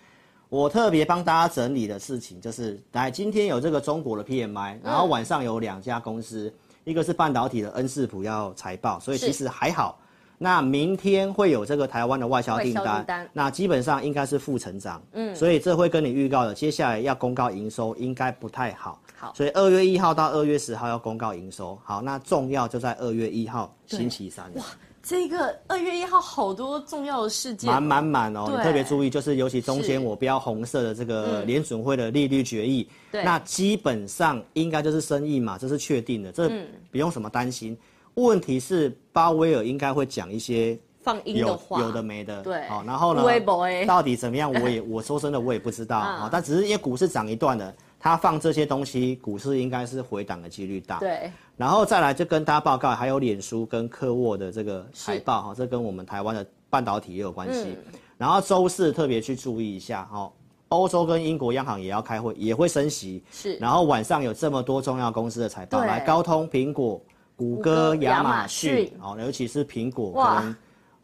[SPEAKER 2] 我特别帮大家整理的事情就是，来今天有这个中国的
[SPEAKER 1] 嗯
[SPEAKER 2] PMI，然后晚上有两家公司，一个是半导体的恩仕普要财报，所以
[SPEAKER 1] 是
[SPEAKER 2] 其实还好。那明天会有这个台湾的外销订
[SPEAKER 1] 外销
[SPEAKER 2] 单，
[SPEAKER 1] 订单
[SPEAKER 2] 那基本上应该是负成长，嗯，所以这会跟你预告的，接下来要公告营收应该不太好，
[SPEAKER 1] 好
[SPEAKER 2] 所以二月一号到二月十号要公告营收，好，那重要就在二月一号
[SPEAKER 1] 对
[SPEAKER 2] 星期三了，
[SPEAKER 1] 这个二月一号好多重要的事件，
[SPEAKER 2] 满满满哦，
[SPEAKER 1] 对
[SPEAKER 2] 你特别注意，就是尤其中间
[SPEAKER 1] 是
[SPEAKER 2] 我标红色的这个联准会的利率决议，
[SPEAKER 1] 对
[SPEAKER 2] 那基本上应该就是生意嘛，这是确定的，这
[SPEAKER 1] 嗯
[SPEAKER 2] 不用什么担心。问题是鲍威尔应该会讲一些
[SPEAKER 1] 放音
[SPEAKER 2] 有
[SPEAKER 1] 的话，
[SPEAKER 2] 有的没的，
[SPEAKER 1] 对
[SPEAKER 2] 好、然后呢
[SPEAKER 1] 微博欸，
[SPEAKER 2] 到底怎么样？我 也我说真的我也不知道啊、
[SPEAKER 1] 嗯
[SPEAKER 2] 但只是因为股市涨一段了，它放这些东西，股市应该是回档的几率大。，
[SPEAKER 1] 对，
[SPEAKER 2] 然后再来就跟大家报告，还有脸书跟科沃的这个财报哈、这跟我们台湾的半导体也有
[SPEAKER 1] 嗯
[SPEAKER 2] 关系、然后周四特别去注意一下哈、欧洲跟英国央行也要开会，也会升息。
[SPEAKER 1] 是
[SPEAKER 2] 然后晚上有这么多重要公司的财报，
[SPEAKER 1] 对
[SPEAKER 2] 来高通、苹果、谷
[SPEAKER 1] 歌
[SPEAKER 2] 歌、亚
[SPEAKER 1] 亚
[SPEAKER 2] 马
[SPEAKER 1] 马
[SPEAKER 2] 逊
[SPEAKER 1] 逊，
[SPEAKER 2] 哦，尤其是苹果，
[SPEAKER 1] 哇
[SPEAKER 2] 可能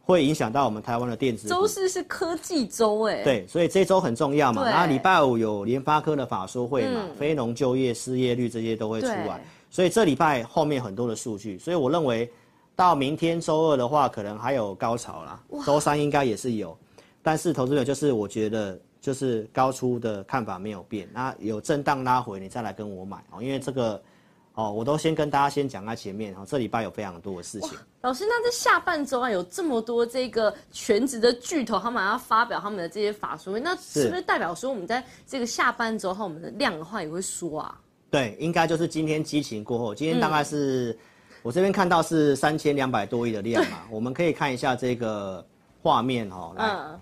[SPEAKER 2] 会影响到我们台湾的电子股
[SPEAKER 1] 周。四是科技周哎、，
[SPEAKER 2] 对，所以这周很重要嘛。
[SPEAKER 1] 对嗯
[SPEAKER 2] 然后礼拜五有联发科的法说会嘛，非农就业、失业率这些都会出来
[SPEAKER 1] 对，
[SPEAKER 2] 所以这礼拜后面很多的数据，所以我认为到明天周二的话，可能还有高潮啦，周三应该也是有，但是投资者就是我觉得。就是高出的看法没有变，那有震荡拉回，你再来跟我买哦，因为这个，哦，我都先跟大家先讲在前面哦，这礼拜有非常多的事情，
[SPEAKER 1] 老师，那在下半周啊，有这么多这个全职的巨头，他们要发表他们的这些法说会，那是不是代表说我们在这个下半周后，我们的量的话也会缩啊？
[SPEAKER 2] 对，应该就是今天激情过后，今天大
[SPEAKER 1] 嗯
[SPEAKER 2] 概是、我这边看到是三千两百多亿的量嘛，我们可以看一下这个画面哦。来，
[SPEAKER 1] 嗯，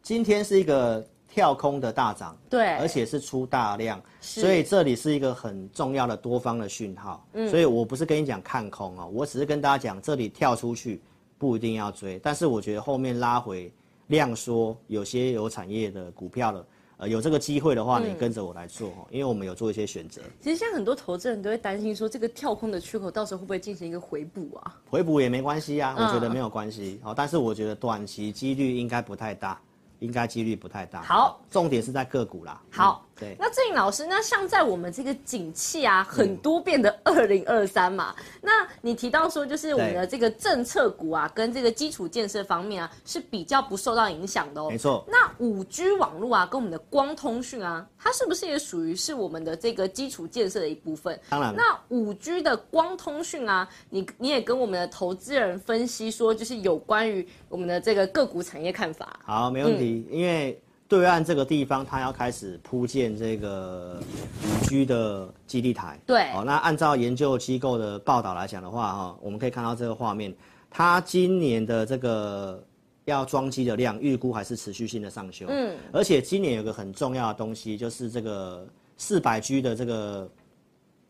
[SPEAKER 2] 今天是一个跳空的大涨，
[SPEAKER 1] 对，
[SPEAKER 2] 而且是出大量，所以这里是一个很重要的多方的讯号。
[SPEAKER 1] 嗯
[SPEAKER 2] 所以我不是跟你讲看空哦，我只是跟大家讲这里跳出去不一定要追，但是我觉得后面拉回量缩，有些有产业的股票的，呃，有这个机会的话，你
[SPEAKER 1] 嗯
[SPEAKER 2] 跟着我来做哦，因为我们有做一些选择。
[SPEAKER 1] 其实现在很多投资人都会担心说，这个跳空的缺口到时候会不会进行一个回补啊？
[SPEAKER 2] 回补也没关系啊，我
[SPEAKER 1] 嗯
[SPEAKER 2] 觉得没有关系。好、但是我觉得短期几率应该不太大，应该几率不太大。
[SPEAKER 1] 好，
[SPEAKER 2] 重点是在个股啦。
[SPEAKER 1] 好，
[SPEAKER 2] 嗯对
[SPEAKER 1] 那郑颖老师，那像在我们这个景气啊很多变的
[SPEAKER 2] 嗯
[SPEAKER 1] 二零二三嘛，那你提到说就是我们的这个政策股啊，跟这个基础建设方面啊是比较不受到影响的哦。
[SPEAKER 2] 没错。
[SPEAKER 1] 那五 G 网络啊，跟我们的光通讯啊，它是不是也属于是我们的这个基础建设的一部分？
[SPEAKER 2] 当然
[SPEAKER 1] 那五 G 的光通讯啊，你你也跟我们的投资人分析说，就是有关于我们的这个个股产业看法。
[SPEAKER 2] 好，没问题，
[SPEAKER 1] 嗯
[SPEAKER 2] 因为对岸这个地方，它要开始铺建这个五 G 的基地台。
[SPEAKER 1] 对
[SPEAKER 2] 好、那按照研究机构的报道来讲的话，哈、我们可以看到这个画面，它今年的这个要装机的量预估还是持续性的上修。嗯，而且今年有个很重要的东西，就是这个四百 G 的这个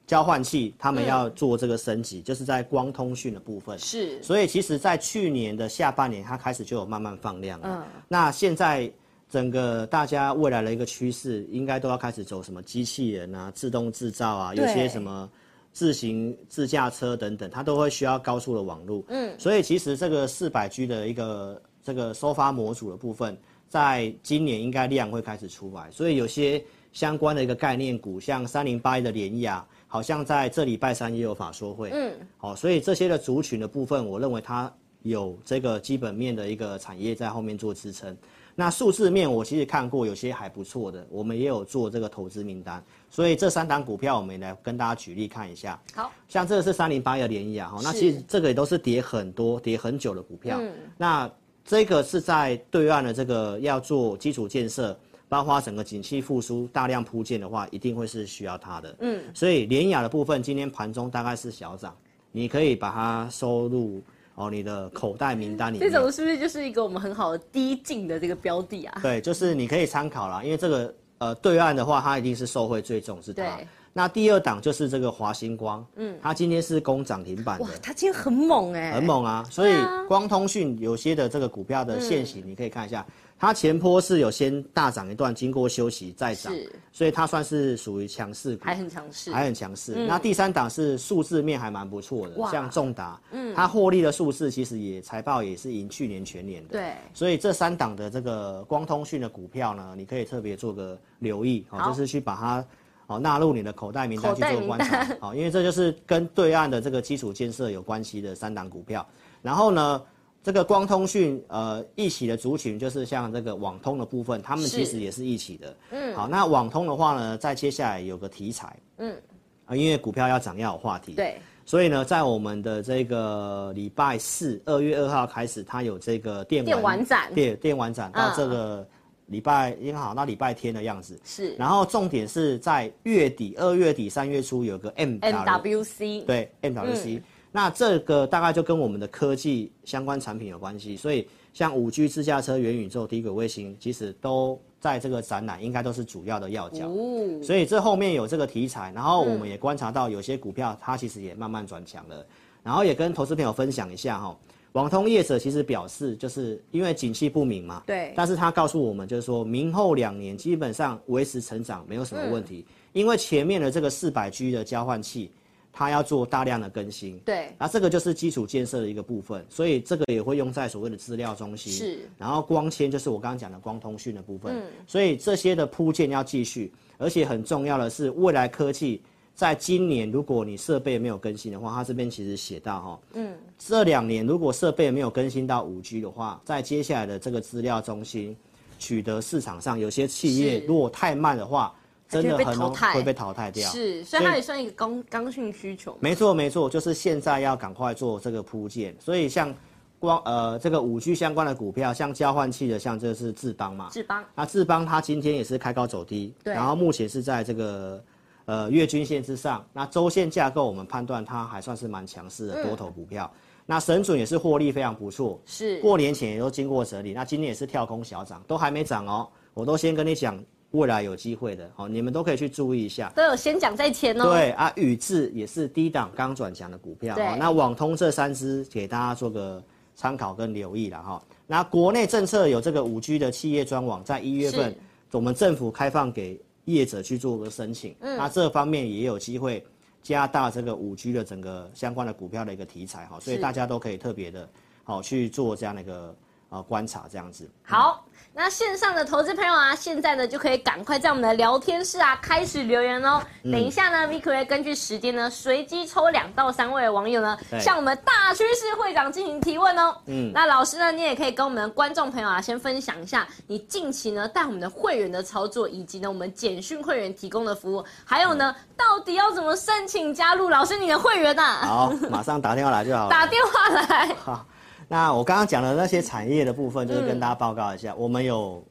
[SPEAKER 2] 交换器，他们要做这个升级，就是在光通讯的部分。
[SPEAKER 1] 是，
[SPEAKER 2] 所以其实，在去年的下半年，它开始就有慢慢放量了。那现在整个大家未来的一个趋势，应该都要开始走什么机器人啊、自动制造啊，有
[SPEAKER 1] 对
[SPEAKER 2] 些什么自行自驾车等等，它都会需要高速的网络。嗯，所以其实这个四百 G 的一个这个收发模组的部分，在今年应该量会开始出来，所以有些相关的一个概念股，像三零八一的联雅，好像在这礼拜三也有法说会。嗯，好、所以这些的族群的部分，我认为它有这个基本面的一个产业在后面做支撑。那数字面我其实看过，有些还不错的，我们也有做这个投资名单，所以这三档股票我们也来跟大家举例看一下。
[SPEAKER 1] 好，
[SPEAKER 2] 像这个是三零八的联谊啊，哈，那
[SPEAKER 1] 是嗯
[SPEAKER 2] 其实这个也都是跌很多、跌很久的股票。那这个是在对岸的这个要做基础建设，包括整个景气复苏大量铺建的话，一定会是需要它的。嗯，所以联雅的部分今天盘中大概是小涨，你可以把它收入哦你的口袋名单里
[SPEAKER 1] 这
[SPEAKER 2] 面。
[SPEAKER 1] 种是不是就是一个我们很好的低进的这个标的 啊？
[SPEAKER 2] 对，就是你可以参考啦，因为这个呃对岸的话，它一定是受惠最重是它
[SPEAKER 1] 对。
[SPEAKER 2] 那第二档就是这个华星光，嗯，它今天是攻涨停板的
[SPEAKER 1] 哇，，它今天很猛哎、
[SPEAKER 2] 很。猛啊！所以光通讯有些的这个股票
[SPEAKER 1] 嗯
[SPEAKER 2] 的现形，你可以看一下，它前坡是有先大涨一段，经过休息再涨
[SPEAKER 1] 是，
[SPEAKER 2] 所以它算是属于强势股，
[SPEAKER 1] 还很强势，
[SPEAKER 2] 还很强势。那第三档是数字面还蛮不错的
[SPEAKER 1] 哇，嗯
[SPEAKER 2] 像重达，它获利的数字其实也财报也是赢去年全年的，
[SPEAKER 1] 对
[SPEAKER 2] 所以这三档的这个光通讯的股票呢，你可以特别做个留意，哦，
[SPEAKER 1] 好
[SPEAKER 2] 就是去把它哦纳入你的口袋名单
[SPEAKER 1] 口
[SPEAKER 2] 去
[SPEAKER 1] 袋
[SPEAKER 2] 做
[SPEAKER 1] 名
[SPEAKER 2] 观
[SPEAKER 1] 单
[SPEAKER 2] 察，好、因为这就是跟对岸的这个基础建设有关系的三档股票。然后呢，这个光通讯呃一起的族群就是像这个网通的部分，他们
[SPEAKER 1] 是
[SPEAKER 2] 其实也是一起的。嗯，好，那网通的话呢，在接下来有个题材，嗯，啊，因为股票要涨要有话题，
[SPEAKER 1] 对，
[SPEAKER 2] 所以呢，在我们的这个礼拜四，二月二号开始，它有这个电
[SPEAKER 1] 电玩展嗯
[SPEAKER 2] 电电玩展到这个礼拜，应该好到礼拜天的样子。
[SPEAKER 1] 是
[SPEAKER 2] 然后重点是在月底，二月底、三月初有个 M
[SPEAKER 1] MWC，
[SPEAKER 2] 对 MWC，、那
[SPEAKER 1] 嗯
[SPEAKER 2] 这个大概就跟我们的科技相关产品有关系，所以像五 G 自驾车、元宇宙、低轨卫星，其实都在这个展览应该都是主要的要角。
[SPEAKER 1] 哦，
[SPEAKER 2] 所以这后面有这个题材，然后我
[SPEAKER 1] 嗯
[SPEAKER 2] 们也观察到有些股票它其实也慢慢转强了，然后也跟投资朋友分享一下哈、网通业者其实表示，就是因为景气不明嘛，
[SPEAKER 1] 对
[SPEAKER 2] 但是他告诉我们，就是说明后两年基本上维持成长没有什么问题，
[SPEAKER 1] 嗯
[SPEAKER 2] 因为前面的这个四百 G 的交换器，它要做大量的更新，
[SPEAKER 1] 对，
[SPEAKER 2] 那这个就是基础建设的一个部分，所以这个也会用在所谓的资料中心。
[SPEAKER 1] 是
[SPEAKER 2] 然后光纤就是我刚刚讲的光通讯的部分。
[SPEAKER 1] 嗯
[SPEAKER 2] 所以这些的铺建要继续，而且很重要的是，未来科技在今年，如果你设备没有更新的话，它这边其实写到哈，嗯，这两年如果设备没有更新到五 G 的话，在接下来的这个资料中心取得市场上，有些企业
[SPEAKER 1] 是
[SPEAKER 2] 如果太慢的话，
[SPEAKER 1] 它
[SPEAKER 2] 真
[SPEAKER 1] 就会
[SPEAKER 2] 的
[SPEAKER 1] 被
[SPEAKER 2] 很
[SPEAKER 1] 淘
[SPEAKER 2] 容
[SPEAKER 1] 汰
[SPEAKER 2] 会被淘汰掉。
[SPEAKER 1] 是，所以它也算一个刚刚性需求嘛，
[SPEAKER 2] 没错没错，就是现在要赶快做这个铺建，所以像光呃这个五 G 相关的股票，像交换器的，像这是智邦嘛，
[SPEAKER 1] 智邦
[SPEAKER 2] 那智邦它今天也是开高走低，
[SPEAKER 1] 对
[SPEAKER 2] 然后目前是在这个呃月均线之上，那周线架构我们判断它还算是蛮强势的多头股票，那神准也是获利非常不错，
[SPEAKER 1] 是
[SPEAKER 2] 过年前也都经过整理，那今年也是跳空小涨，都还没涨哦，我都先跟你讲未来有机会的，哦，你们都可以去注意一下。
[SPEAKER 1] 都有先讲在前哦，，
[SPEAKER 2] 对啊，宇智也是低档刚转强的股票
[SPEAKER 1] 对
[SPEAKER 2] 哈。那网通这三只给大家做个参考跟留意了哈。那国内政策有这个五 G 的企业专网，在一月份
[SPEAKER 1] 是
[SPEAKER 2] 我们政府开放给业者去做个申请，
[SPEAKER 1] 嗯
[SPEAKER 2] 那这方面也有机会加大这个五 G 的整个相关的股票的一个题材哈，所以
[SPEAKER 1] 是
[SPEAKER 2] 大家都可以特别的好去做这样的一个呃观察这样子。
[SPEAKER 1] 好，那线上的投资朋友啊，现在呢就可以赶快在我们的聊天室啊开始留言哦。
[SPEAKER 2] 嗯
[SPEAKER 1] 等一下呢，Vicky 会根据时间呢随机抽两到三位的网友呢
[SPEAKER 2] 对，
[SPEAKER 1] 向我们大趋势会长进行提问哦。
[SPEAKER 2] 嗯
[SPEAKER 1] 嗯，那老师呢，你也可以跟我们的观众朋友啊先分享一下你近期呢带我们的会员的操作，以及呢我们简讯会员提供的服务，还有
[SPEAKER 2] 嗯
[SPEAKER 1] 呢到底要怎么申请加入老师你的会员呐、啊？
[SPEAKER 2] 好，马上打电话来就好了。
[SPEAKER 1] 打电话来。
[SPEAKER 2] 好，那我刚刚讲的那些产业的部分，
[SPEAKER 1] 嗯
[SPEAKER 2] 就是跟大家报告一下，我们有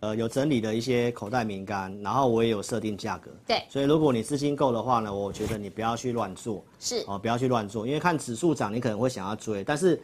[SPEAKER 2] 呃有整理的一些口袋名单，然后我也有设定价格。
[SPEAKER 1] 对
[SPEAKER 2] 所以如果你资金够的话呢，我觉得你不要去乱做
[SPEAKER 1] 是
[SPEAKER 2] 哦，不要去乱做，因为看指数涨你可能会想要追，但是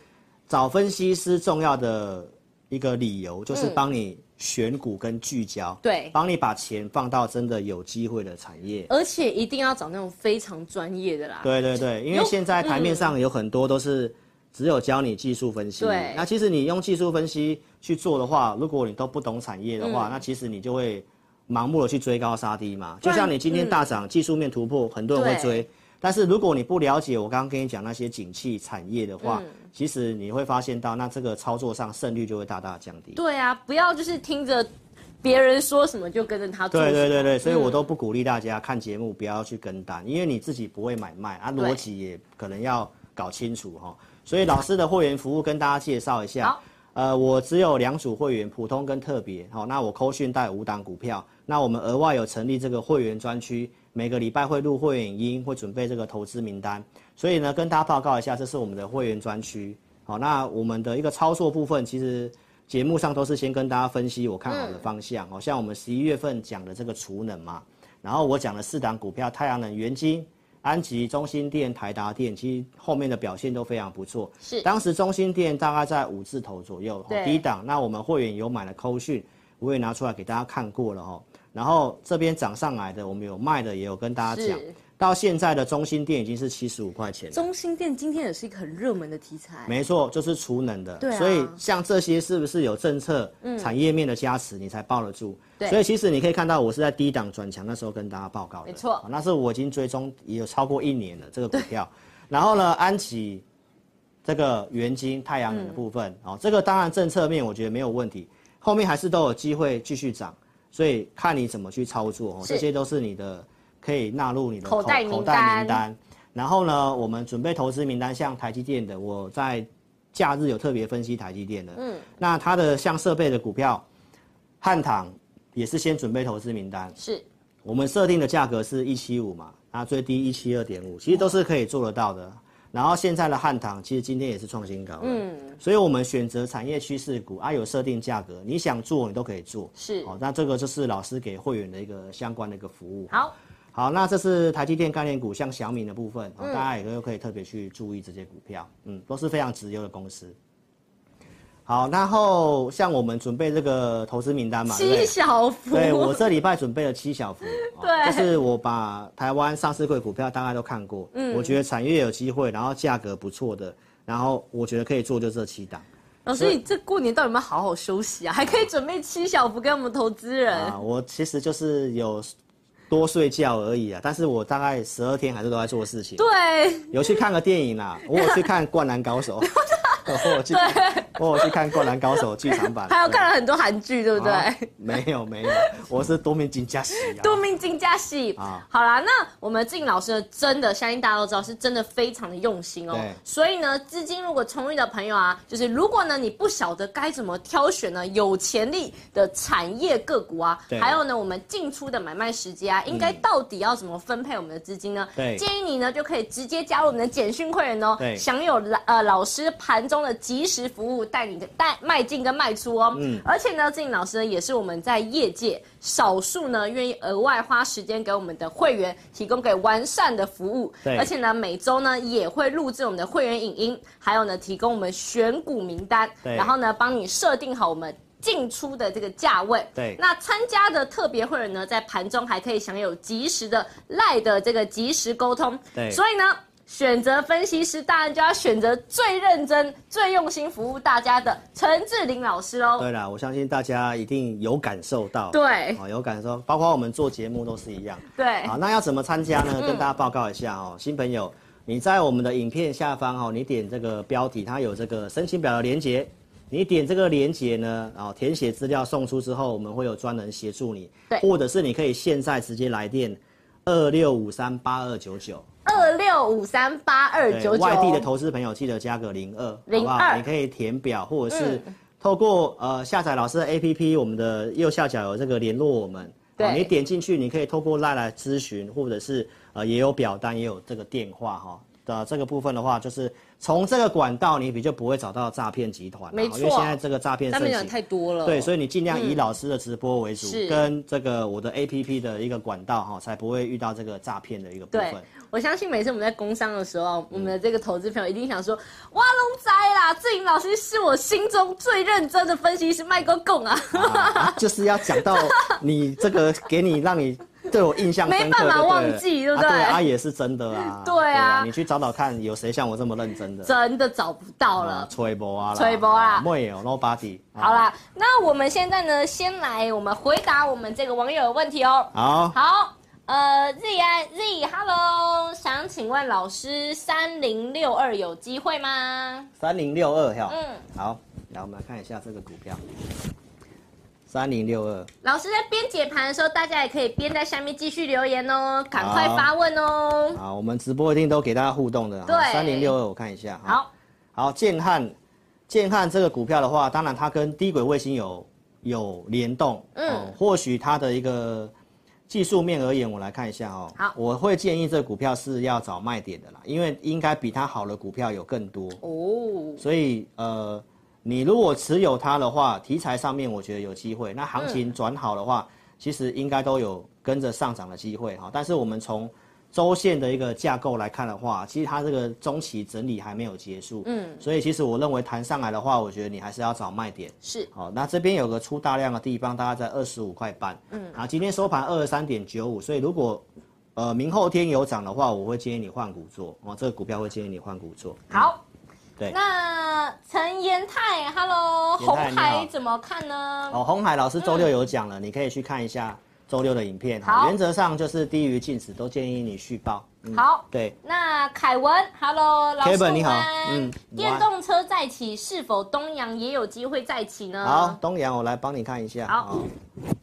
[SPEAKER 2] 找分析师重要的一个理由就是帮你选股跟聚焦，
[SPEAKER 1] 嗯对
[SPEAKER 2] 帮你把钱放到真的有机会的产业。
[SPEAKER 1] 而且一定要找那种非常专业的啦。
[SPEAKER 2] 对对对，因为
[SPEAKER 1] 有嗯
[SPEAKER 2] 现在台面上有很多都是只有教你技术分析。
[SPEAKER 1] 对
[SPEAKER 2] 那其实你用技术分析去做的话，如果你都不懂产业的
[SPEAKER 1] 嗯
[SPEAKER 2] 话，那其实你就会盲目的去追高杀低嘛。就
[SPEAKER 1] 然
[SPEAKER 2] 像你今天大涨，
[SPEAKER 1] 嗯
[SPEAKER 2] 技术面突破，很多人会追。但是如果你不了解我刚刚跟你讲那些景气产业的
[SPEAKER 1] 嗯
[SPEAKER 2] 话，其实你会发现到，那这个操作上胜率就会大大降低。
[SPEAKER 1] 对啊，不要就是听着别人说什么就跟着他做
[SPEAKER 2] 对
[SPEAKER 1] 什么。嗯
[SPEAKER 2] 对对对，所以我都不鼓励大家看节目不要去跟单，因为你自己不会买卖啊，
[SPEAKER 1] 对
[SPEAKER 2] 逻辑也可能要搞清楚哈、所以老师的会员服务跟大家介绍一下
[SPEAKER 1] 好，
[SPEAKER 2] 呃，我只有两组会员，普通跟特别。好、那我扣讯带五档股票，那我们额外有成立这个会员专区，每个礼拜会录会员音，会准备这个投资名单。所以呢，跟大家报告一下，这是我们的会员专区。好、那我们的一个操作部分，其实节目上都是先跟大家分析我看好的方
[SPEAKER 1] 嗯
[SPEAKER 2] 向。哦好、像我们十一月份讲的这个储能嘛，然后我讲了四档股票，太阳能、元晶、安吉、中心电、台达电，其实后面的表现都非常不错。
[SPEAKER 1] 是
[SPEAKER 2] 当时中心店大概在五字头左右，哦
[SPEAKER 1] 对
[SPEAKER 2] 低档。那我们会员有买了扣讯，我也拿出来给大家看过了哦。然后这边涨上来的，我们有卖的，也有跟大家讲。
[SPEAKER 1] 是
[SPEAKER 2] 到现在的中心店已经是七十五块钱了。
[SPEAKER 1] 中心店今天也是一个很热门的题材。
[SPEAKER 2] 没错，就是储能的。
[SPEAKER 1] 对啊嗯
[SPEAKER 2] 所以像这些是不是有政策、产业面的加持，你才抱得住？
[SPEAKER 1] 对
[SPEAKER 2] 所以其实你可以看到，我是在低档转强那时候跟大家报告的。
[SPEAKER 1] 没错
[SPEAKER 2] 好那是我已经追踪也有超过一年了这个股票。
[SPEAKER 1] 嗯
[SPEAKER 2] 然后呢，安琪这个元晶太阳能的部分，
[SPEAKER 1] 嗯
[SPEAKER 2] 哦，这个当然政策面我觉得没有问题，后面还是都有机会继续涨，所以看你怎么去操作哦，
[SPEAKER 1] 是
[SPEAKER 2] 这些都是你的可以纳入你的
[SPEAKER 1] 口袋
[SPEAKER 2] 口
[SPEAKER 1] 名
[SPEAKER 2] 袋
[SPEAKER 1] 单
[SPEAKER 2] 名单。然后呢，我们准备投资名单，像台积电的，我在假日有特别分析台积电的。嗯，那它的像设备的股票，汉唐也是先准备投资名单。
[SPEAKER 1] 是
[SPEAKER 2] 我们设定的价格是一七五嘛，那最低一七二点五，其实都是可以做得到的。然后现在的汉唐其实今天也是创新高，嗯，所以我们选择产业趋势股啊，有设定价格，你想做你都可以做，
[SPEAKER 1] 是
[SPEAKER 2] 好、那这个就是老师给会员的一个相关的一个服务。
[SPEAKER 1] 好，
[SPEAKER 2] 好，那这是台积电概念股，像小米的部分，
[SPEAKER 1] 嗯
[SPEAKER 2] 哦、大家也都可以特别去注意这些股票，嗯，都是非常直优的公司。好，然后像我们准备这个投资名单嘛，对不
[SPEAKER 1] 七
[SPEAKER 2] 对
[SPEAKER 1] 小福。
[SPEAKER 2] 对我这礼拜准备了七小 福，哦
[SPEAKER 1] 对
[SPEAKER 2] 就是我把台湾上市柜股票大概都看过，
[SPEAKER 1] 嗯
[SPEAKER 2] 我觉得产业有机会，然后价格不错的，然后我觉得可以做就这七档
[SPEAKER 1] 老师，你这过年到底有没有好好休息啊？还可以准备七小福给我们投资人。
[SPEAKER 2] 啊，我其实就是有多睡觉而已啊，但是我大概十二天还是都在做事情，
[SPEAKER 1] 对，
[SPEAKER 2] 有去看个电影啦，我有去看《灌篮 高手》我有去看，我有去看《灌篮高手》剧场版，
[SPEAKER 1] 还有
[SPEAKER 2] 对
[SPEAKER 1] 看了很多韩剧，对不对？
[SPEAKER 2] 啊没有没有，我是多面金加喜啊，
[SPEAKER 1] 多命金加戏
[SPEAKER 2] 啊
[SPEAKER 1] 好啦，那我们静老师呢，真的相信大家都知道，是真的非常的用心哦
[SPEAKER 2] 对。
[SPEAKER 1] 所以呢，资金如果充裕的朋友啊，就是如果呢你不晓得该怎么挑选呢有潜力的产业个股啊
[SPEAKER 2] 对，嗯
[SPEAKER 1] 还有呢我们进出的买卖时机啊，应该到底要怎么分配我们的资金呢？
[SPEAKER 2] 对
[SPEAKER 1] 建议你呢就可以直接加入我们的简讯会员哦
[SPEAKER 2] 对，
[SPEAKER 1] 享有老呃老师盘中的及时服务，带你的带迈进跟卖出哦。
[SPEAKER 2] 嗯
[SPEAKER 1] 而且呢，静老师呢也是我们在业界少数呢愿意额外花时间给我们的会员提供给完善的服务，
[SPEAKER 2] 对
[SPEAKER 1] 而且呢每周呢也会录制我们的会员影音，还有呢提供我们选股名单，
[SPEAKER 2] 对
[SPEAKER 1] 然后呢帮你设定好我们。进出的这个价位，
[SPEAKER 2] 对
[SPEAKER 1] 那参加的特别会员呢，在盘中还可以享有及时的赖的这个及时沟通，
[SPEAKER 2] 对
[SPEAKER 1] 所以呢，选择分析师当然就要选择最认真、最用心服务大家的陈志玲老师哦喽。
[SPEAKER 2] 对啦，我相信大家一定有感受到，
[SPEAKER 1] 对
[SPEAKER 2] 哦，有感受，包括我们做节目都是一样。
[SPEAKER 1] 对嗯
[SPEAKER 2] 好，那要怎么参加呢？跟大家报告一下哦，新朋友，你在我们的影片下方哦，你点这个标题，它有这个申请表的连接。你点这个链接呢，然后填写资料送出之后，我们会有专人协助你。
[SPEAKER 1] 对
[SPEAKER 2] 或者是你可以现在直接来电二六五三八二九九。
[SPEAKER 1] 二六五三八二
[SPEAKER 2] 对
[SPEAKER 1] 九哦九，
[SPEAKER 2] 外地的投资朋友记得加个零二，好不
[SPEAKER 1] 02
[SPEAKER 2] 好？你可以填表，或者是
[SPEAKER 1] 嗯
[SPEAKER 2] 透过呃下载老师的 APP，我们的右下角有这个联络我们。
[SPEAKER 1] 对
[SPEAKER 2] 好你点进去，你可以透过 LINE 来咨询，或者是呃也有表单，也有这个电话哈。的这个部分的话，就是从这个管道你比较不会找到诈骗集团啦，啊
[SPEAKER 1] 没错
[SPEAKER 2] 因为现在这个诈骗
[SPEAKER 3] 他
[SPEAKER 2] 盛
[SPEAKER 3] 们讲
[SPEAKER 2] 行。
[SPEAKER 3] 太多了，
[SPEAKER 2] 对，所以你尽量以老师的直播为主，
[SPEAKER 1] 嗯是
[SPEAKER 2] 跟这个我的 A P P 的一个管道哈，才不会遇到这个诈骗的一个部
[SPEAKER 1] 对
[SPEAKER 2] 分。，
[SPEAKER 1] 我相信每次我们在工商的时候
[SPEAKER 2] 嗯
[SPEAKER 1] 啊，我们的这个投资朋友一定想说：“哇，龙仔啦，志颖老师是我心中最认真的分析师，麦公公啊，
[SPEAKER 2] 啊，就是要讲到你这个，给你让你对我印象深刻就对了，
[SPEAKER 1] 没办法忘记对不对
[SPEAKER 2] 啊对啊，也是真的啊。
[SPEAKER 1] 对啊
[SPEAKER 2] 你去找找看，有谁像我这么认真的？
[SPEAKER 1] 真的找不到
[SPEAKER 2] 啊
[SPEAKER 1] 了。
[SPEAKER 2] 吹波啊啦，
[SPEAKER 1] 吹波啦
[SPEAKER 2] 没有 nobody。啊
[SPEAKER 1] 好，啦，那我们现在呢，先来我们回答我们这个网友的问题哦。
[SPEAKER 2] 好，
[SPEAKER 1] 好，呃，Z I Z，Hello，想请问老师，三零六二有机会吗？
[SPEAKER 2] 三零六二哈，
[SPEAKER 1] 嗯，
[SPEAKER 2] 好，来我们来看一下这个股票，三零六二，
[SPEAKER 1] 老师在边解盘的时候，大家也可以边在下面继续留言哦，赶快发问哦。
[SPEAKER 2] 好，啊我们直播一定都给大家互动的，
[SPEAKER 1] 对
[SPEAKER 2] 三零六二我看一下，哈
[SPEAKER 1] 好，
[SPEAKER 2] 好，建汉，建汉这个股票的话，当然它跟低轨卫星有有联动，
[SPEAKER 1] 嗯
[SPEAKER 2] 哦或许它的一个技术面而言，我来看一下哦。
[SPEAKER 1] 好
[SPEAKER 2] 我会建议这股票是要找卖点的啦，因为应该比它好的股票有更多，
[SPEAKER 1] 哦，
[SPEAKER 2] 所以呃，你如果持有它的话，题材上面我觉得有机会，那行情转好的话，其实应该都有跟着上涨的机会哈。但是我们从周线的一个架构来看的话，其实它这个中期整理还没有结束，
[SPEAKER 1] 嗯，
[SPEAKER 2] 所以其实我认为弹上来的话，我觉得你还是要找卖点。
[SPEAKER 1] 是
[SPEAKER 2] 好，那这边有个出大量的地方，大概在二十五块半，嗯，啊，今天收盘二十三点九五，所以如果呃明后天有涨的话，我会建议你换股做哦，这个股票会建议你换股做。
[SPEAKER 1] 好。
[SPEAKER 2] 对
[SPEAKER 1] 那陈延泰，Hello，
[SPEAKER 2] 延泰
[SPEAKER 1] 红
[SPEAKER 2] 你
[SPEAKER 1] 海
[SPEAKER 2] 好
[SPEAKER 1] 怎么看呢？
[SPEAKER 2] 哦，红海老师周六有讲了，你可以去看一下周六的影片。
[SPEAKER 1] 好
[SPEAKER 2] 原则上就是低于禁止，都建议你续报。嗯
[SPEAKER 1] 好
[SPEAKER 2] 对，
[SPEAKER 1] 那凯文，Hello，老师
[SPEAKER 2] Kevin，你好
[SPEAKER 1] 午安
[SPEAKER 2] 嗯
[SPEAKER 1] 电动车再起，是否东阳也有机会再起呢？
[SPEAKER 2] 好，，东阳我来帮你看一下。
[SPEAKER 1] 好
[SPEAKER 2] 哦，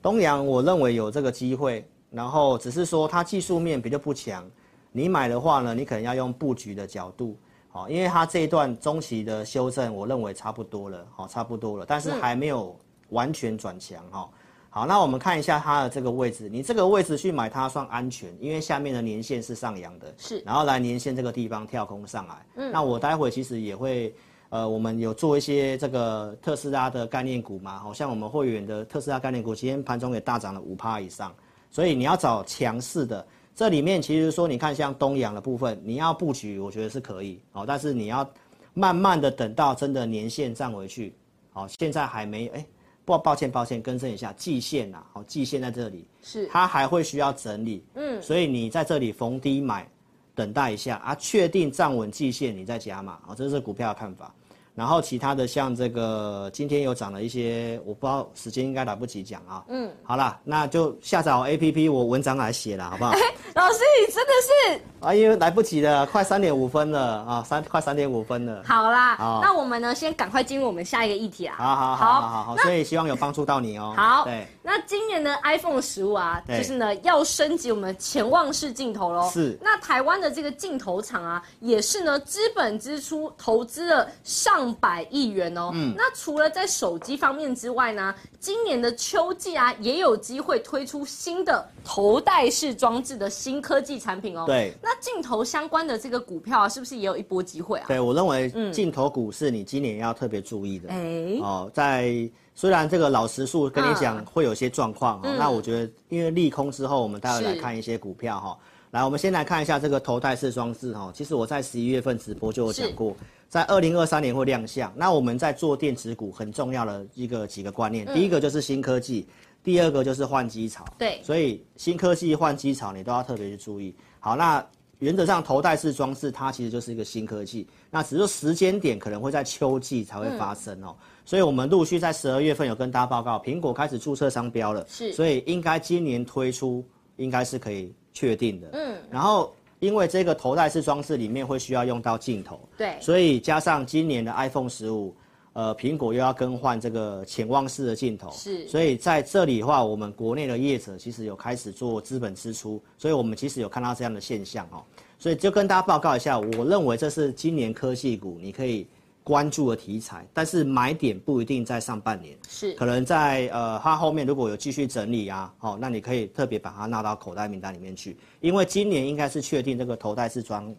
[SPEAKER 2] 东阳我认为有这个机会，然后只是说它技术面比较不强，你买的话呢，你可能要用布局的角度。好，因为它这一段中期的修正，我认为差不多了，好，差不多了，但是
[SPEAKER 1] 嗯
[SPEAKER 2] 还没有完全转强哈。哦好，那我们看一下它的这个位置，你这个位置去买它算安全，因为下面的年线是上扬的，
[SPEAKER 1] 是
[SPEAKER 2] 然后来年线这个地方跳空上来。嗯，那我待会其实也会，呃，我们有做一些这个特斯拉的概念股嘛，好像我们会员的特斯拉概念股今天盘中也大涨了五趴以上，所以你要找强势的。这里面其实说，你看像东阳的部分，你要布局，我觉得是可以哦，但是你要慢慢的等到真的年线站回去，好、现在还没，哎、不，抱歉，抱歉，更正一下，季线呐、好、季线在这里，
[SPEAKER 1] 是
[SPEAKER 2] 它还会需要整理，嗯，所以你在这里逢低买，等待一下啊，确定站稳季线，你再加码，好、这是股票的看法。然后其他的像这个今天有涨的一些，我不知道时间应该来不及讲啊，嗯，好啦，那就下载我 A P P，我文章来写了，好不 好？
[SPEAKER 1] 老师，你真的是
[SPEAKER 2] 啊，因为来不及了，快三点五分了啊，三快三点五分了。
[SPEAKER 1] 好啦。
[SPEAKER 2] 好
[SPEAKER 1] 那我们呢，先赶快进入我们下一个议题啦。
[SPEAKER 2] 好好好好好好，所以希望有帮助到你哦。
[SPEAKER 1] 好
[SPEAKER 2] 对，，
[SPEAKER 1] 那今年的 iPhone 十五啊，
[SPEAKER 2] 对
[SPEAKER 1] 就是呢要升级我们潜望式镜头喽。
[SPEAKER 2] 是
[SPEAKER 1] 那台湾的这个镜头厂啊，也是呢资本支出投资了上百亿元哦。嗯。那除了在手机方面之外呢，今年的秋季啊，也有机会推出新的头戴式装置的新科技产品哦。
[SPEAKER 2] 对
[SPEAKER 1] 那镜头相关的这个股票啊，是不是也有一波机会啊？
[SPEAKER 2] 对我认为镜头股是你今年要特别注意的。
[SPEAKER 1] 哎
[SPEAKER 2] 哦，在虽然这个老实数跟你讲
[SPEAKER 1] 嗯
[SPEAKER 2] 会有些状况哦，那我觉得因为利空之后，我们待会来
[SPEAKER 1] 是
[SPEAKER 2] 看一些股票哈。来，我们先来看一下这个头戴式装置哈。其实我在十一月份直播就有讲
[SPEAKER 1] 是
[SPEAKER 2] 过，在二零二三年会亮相。那我们在做电子股很重要的一个几个观
[SPEAKER 1] 嗯
[SPEAKER 2] 念，第一个就是新科技，第二个就是换机潮。
[SPEAKER 1] 对
[SPEAKER 2] 所以新科技换机潮你都要特别去注意。好，那原则上头戴式装置它其实就是一个新科技，那只是时间点可能会在秋季才会发生哦。
[SPEAKER 1] 嗯
[SPEAKER 2] 所以我们陆续在十二月份有跟大家报告，苹果开始注册商标了，
[SPEAKER 1] 是
[SPEAKER 2] 所以应该今年推出应该是可以确定的。嗯，然后因为这个头戴式装置里面会需要用到镜头，
[SPEAKER 1] 对
[SPEAKER 2] 所以加上今年的 iPhone 十五。呃，苹果又要更换这个潜望式的镜头，
[SPEAKER 1] 是
[SPEAKER 2] 所以在这里的话，我们国内的业者其实有开始做资本支出，所以我们其实有看到这样的现象哦。所以就跟大家报告一下，我认为这是今年科技股你可以关注的题材，但是买点不一定在上半年，
[SPEAKER 1] 是
[SPEAKER 2] 可能在呃它后面如果有继续整理啊，哦，那你可以特别把它纳到口袋名单里面去，因为今年应该是确定这个头戴式装。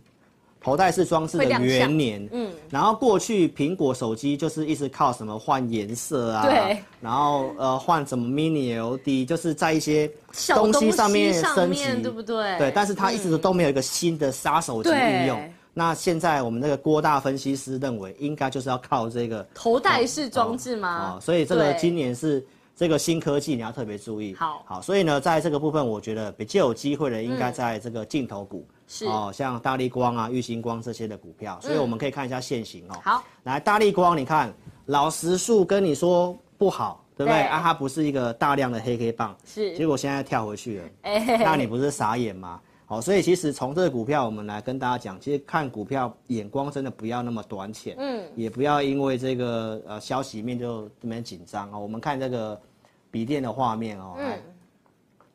[SPEAKER 2] 头戴式装置的
[SPEAKER 1] 会亮相
[SPEAKER 2] 元年，嗯，然后过去苹果手机就是一直靠什么换颜色啊，
[SPEAKER 1] 对，
[SPEAKER 2] 然后呃换什么 Mini LED，就是在一些
[SPEAKER 1] 小
[SPEAKER 2] 东西上
[SPEAKER 1] 上
[SPEAKER 2] 面升级，
[SPEAKER 1] 面对不对？嗯
[SPEAKER 2] 对，但是它一直都没有一个新的杀手级应用
[SPEAKER 1] 对。
[SPEAKER 2] 那现在我们那个郭大分析师认为，应该就是要靠这个
[SPEAKER 1] 头戴式装置吗？
[SPEAKER 2] 哦，所以这个
[SPEAKER 1] 啊对
[SPEAKER 2] 今年是这个新科技，你要特别注意。
[SPEAKER 1] 好
[SPEAKER 2] 好，所以呢，在这个部分，我觉得比较有机会的，应该在这个镜头股，
[SPEAKER 1] 嗯是嗯
[SPEAKER 2] 哦，像大力光啊、玉星光这些的股票，所以我们可以看一下现形哦。
[SPEAKER 1] 好，
[SPEAKER 2] 来大力光，你看老实数跟你说不好，对不对？
[SPEAKER 1] 对
[SPEAKER 2] 啊，它不是一个大量的黑 K 棒，
[SPEAKER 1] 是
[SPEAKER 2] 结果现在跳回去了，
[SPEAKER 1] 哎嘿嘿
[SPEAKER 2] 那你不是傻眼吗？好，所以其实从这个股票，我们来跟大家讲，其实看股票眼光真的不要那么短浅，嗯，也不要因为这个呃消息面就这边紧张哦。我们看这个笔电的画面哦，嗯，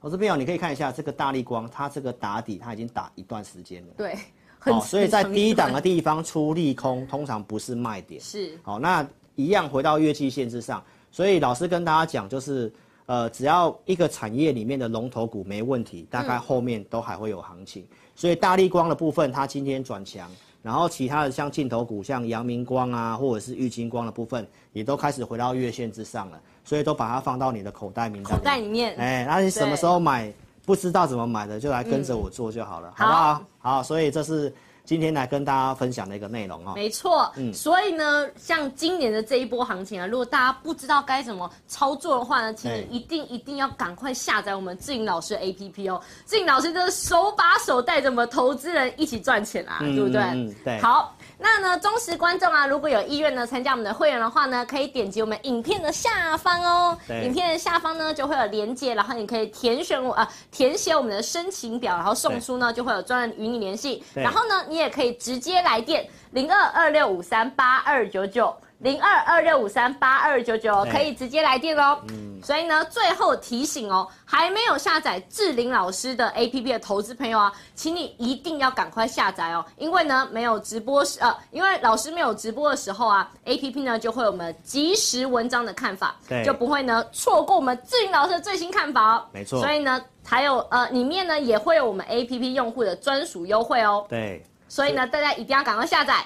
[SPEAKER 2] 投资朋友你可以看一下这个大力光，它这个打底它已经打一段时间了，
[SPEAKER 1] 对，很
[SPEAKER 2] 哦，所以在
[SPEAKER 1] 很
[SPEAKER 2] 低档的地方出利空，通常不是卖点，
[SPEAKER 1] 是
[SPEAKER 2] 好，那一样回到月季线之上，所以老师跟大家讲，就是呃，只要一个产业里面的龙头股没问题，
[SPEAKER 1] 嗯
[SPEAKER 2] 大概后面都还会有行情。所以大力光的部分，它今天转强，然后其他的像镜头股，像阳明光啊，或者是玉金光的部分，也都开始回到月线之上了，所以都把它放到你的口袋名单。
[SPEAKER 1] 口袋里。面，
[SPEAKER 2] 哎，那你什么
[SPEAKER 1] 对嗯
[SPEAKER 2] 时候买？不知道怎么买的，就来跟着我做就好了，好不好？好，所以这是今天来跟大家分享的一个内容哦。
[SPEAKER 1] 没错，所以呢，像今年的这一波行情啊，如果大家不知道该怎么操作的话呢，请你一
[SPEAKER 2] 对
[SPEAKER 1] 定一定要赶快下载我们志颖老师的 APP 哦。志颖老师真的手把手带着我们投资人一起赚钱啊，对不对？
[SPEAKER 2] 嗯嗯对
[SPEAKER 1] 好。那呢，忠实观众啊，如果有意愿呢参加我们的会员的话呢，可以点击我们影片的下方哦。
[SPEAKER 2] 对
[SPEAKER 1] 影片的下方呢就会有连接，然后你可以填选我呃填写我们的申请表，然后送
[SPEAKER 2] 对
[SPEAKER 1] 出呢就会有专人与你联系。
[SPEAKER 2] 对
[SPEAKER 1] 然后呢，你也可以直接来电零二二六五三八二九九零二二六五三八二九九，
[SPEAKER 2] 对嗯
[SPEAKER 1] 可以直接来电哦。所以呢，最后提醒哦，还没有下载志玲老师的 APP 的投资朋友啊，请你一定要赶快下载哦，因为呢，没有直播时呃，因为老师没有直播的时候啊，APP 呢就会有我们即时文章的看法，
[SPEAKER 2] 对
[SPEAKER 1] 就不会呢错过我们志玲老师的最新看法哦。
[SPEAKER 2] 没错
[SPEAKER 1] 所以呢，还有呃，里面呢也会有我们 APP 用户的专属优惠哦。
[SPEAKER 2] 对。
[SPEAKER 1] 所以呢，大家一定要赶快下载。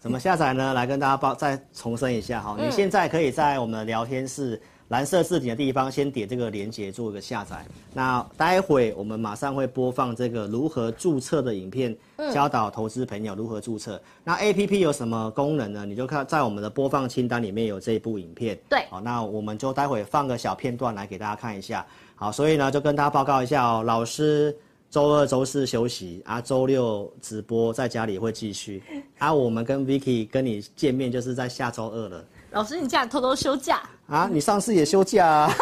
[SPEAKER 2] 怎么下载呢？来跟大家报再重申一下哈，你现在可以在我们的聊天室蓝色置顶的地方先点这个连接做一个下载。那待会我们马上会播放这个如何注册的影片，教导投资朋友如何注册。那 A P P 有什么功能呢？你就看在我们的播放清单里面有这一部影片。
[SPEAKER 1] 对
[SPEAKER 2] 好，那我们就待会放个小片段来给大家看一下。好，所以呢就跟大家报告一下哦，老师。周二、周四休息啊，周六直播在家里会继续啊。我们跟 Vicky 跟你见面就是在下周二了
[SPEAKER 1] 老师，你这样偷偷休假，
[SPEAKER 2] 啊。你上次也休 假啊，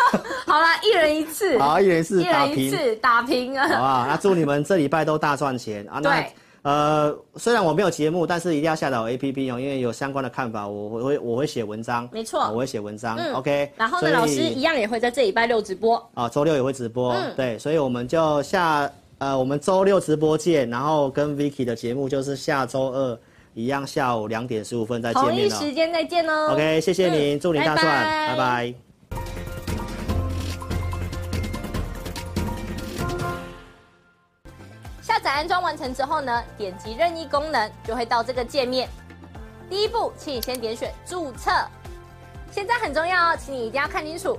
[SPEAKER 1] 好啦，一人一次，
[SPEAKER 2] 好，一人是
[SPEAKER 1] 一
[SPEAKER 2] 打
[SPEAKER 1] 人一
[SPEAKER 2] 平，
[SPEAKER 1] 次打平
[SPEAKER 2] 好不
[SPEAKER 1] 啊，
[SPEAKER 2] 好？那祝你们这礼拜都大赚钱啊。那
[SPEAKER 1] 对
[SPEAKER 2] 呃，虽然我没有节目，但是一定要下载我 APP 哦，因为有相关的看法，我我会我会写文章，
[SPEAKER 1] 没错嗯
[SPEAKER 2] 啊我会写文章。OK，
[SPEAKER 1] 然后
[SPEAKER 2] 所
[SPEAKER 1] 呢，
[SPEAKER 2] 以
[SPEAKER 1] 老师一样也会在这礼拜六直播。
[SPEAKER 2] 啊，周六也会直播，对，所以我们就下呃，我们周六直播见，然后跟 Vicky 的节目就是下周二一样，下午两点十五分再见
[SPEAKER 1] 同一
[SPEAKER 2] 面了。
[SPEAKER 1] 时间再见哦。
[SPEAKER 2] OK，谢谢您，
[SPEAKER 1] 嗯
[SPEAKER 2] 祝您大赚，
[SPEAKER 1] 拜拜
[SPEAKER 2] 拜拜
[SPEAKER 1] 下载安装完成之后呢，点击任意功能就会到这个界面。第一步，请你先点选注册。现在很重要哦，请你一定要看清楚，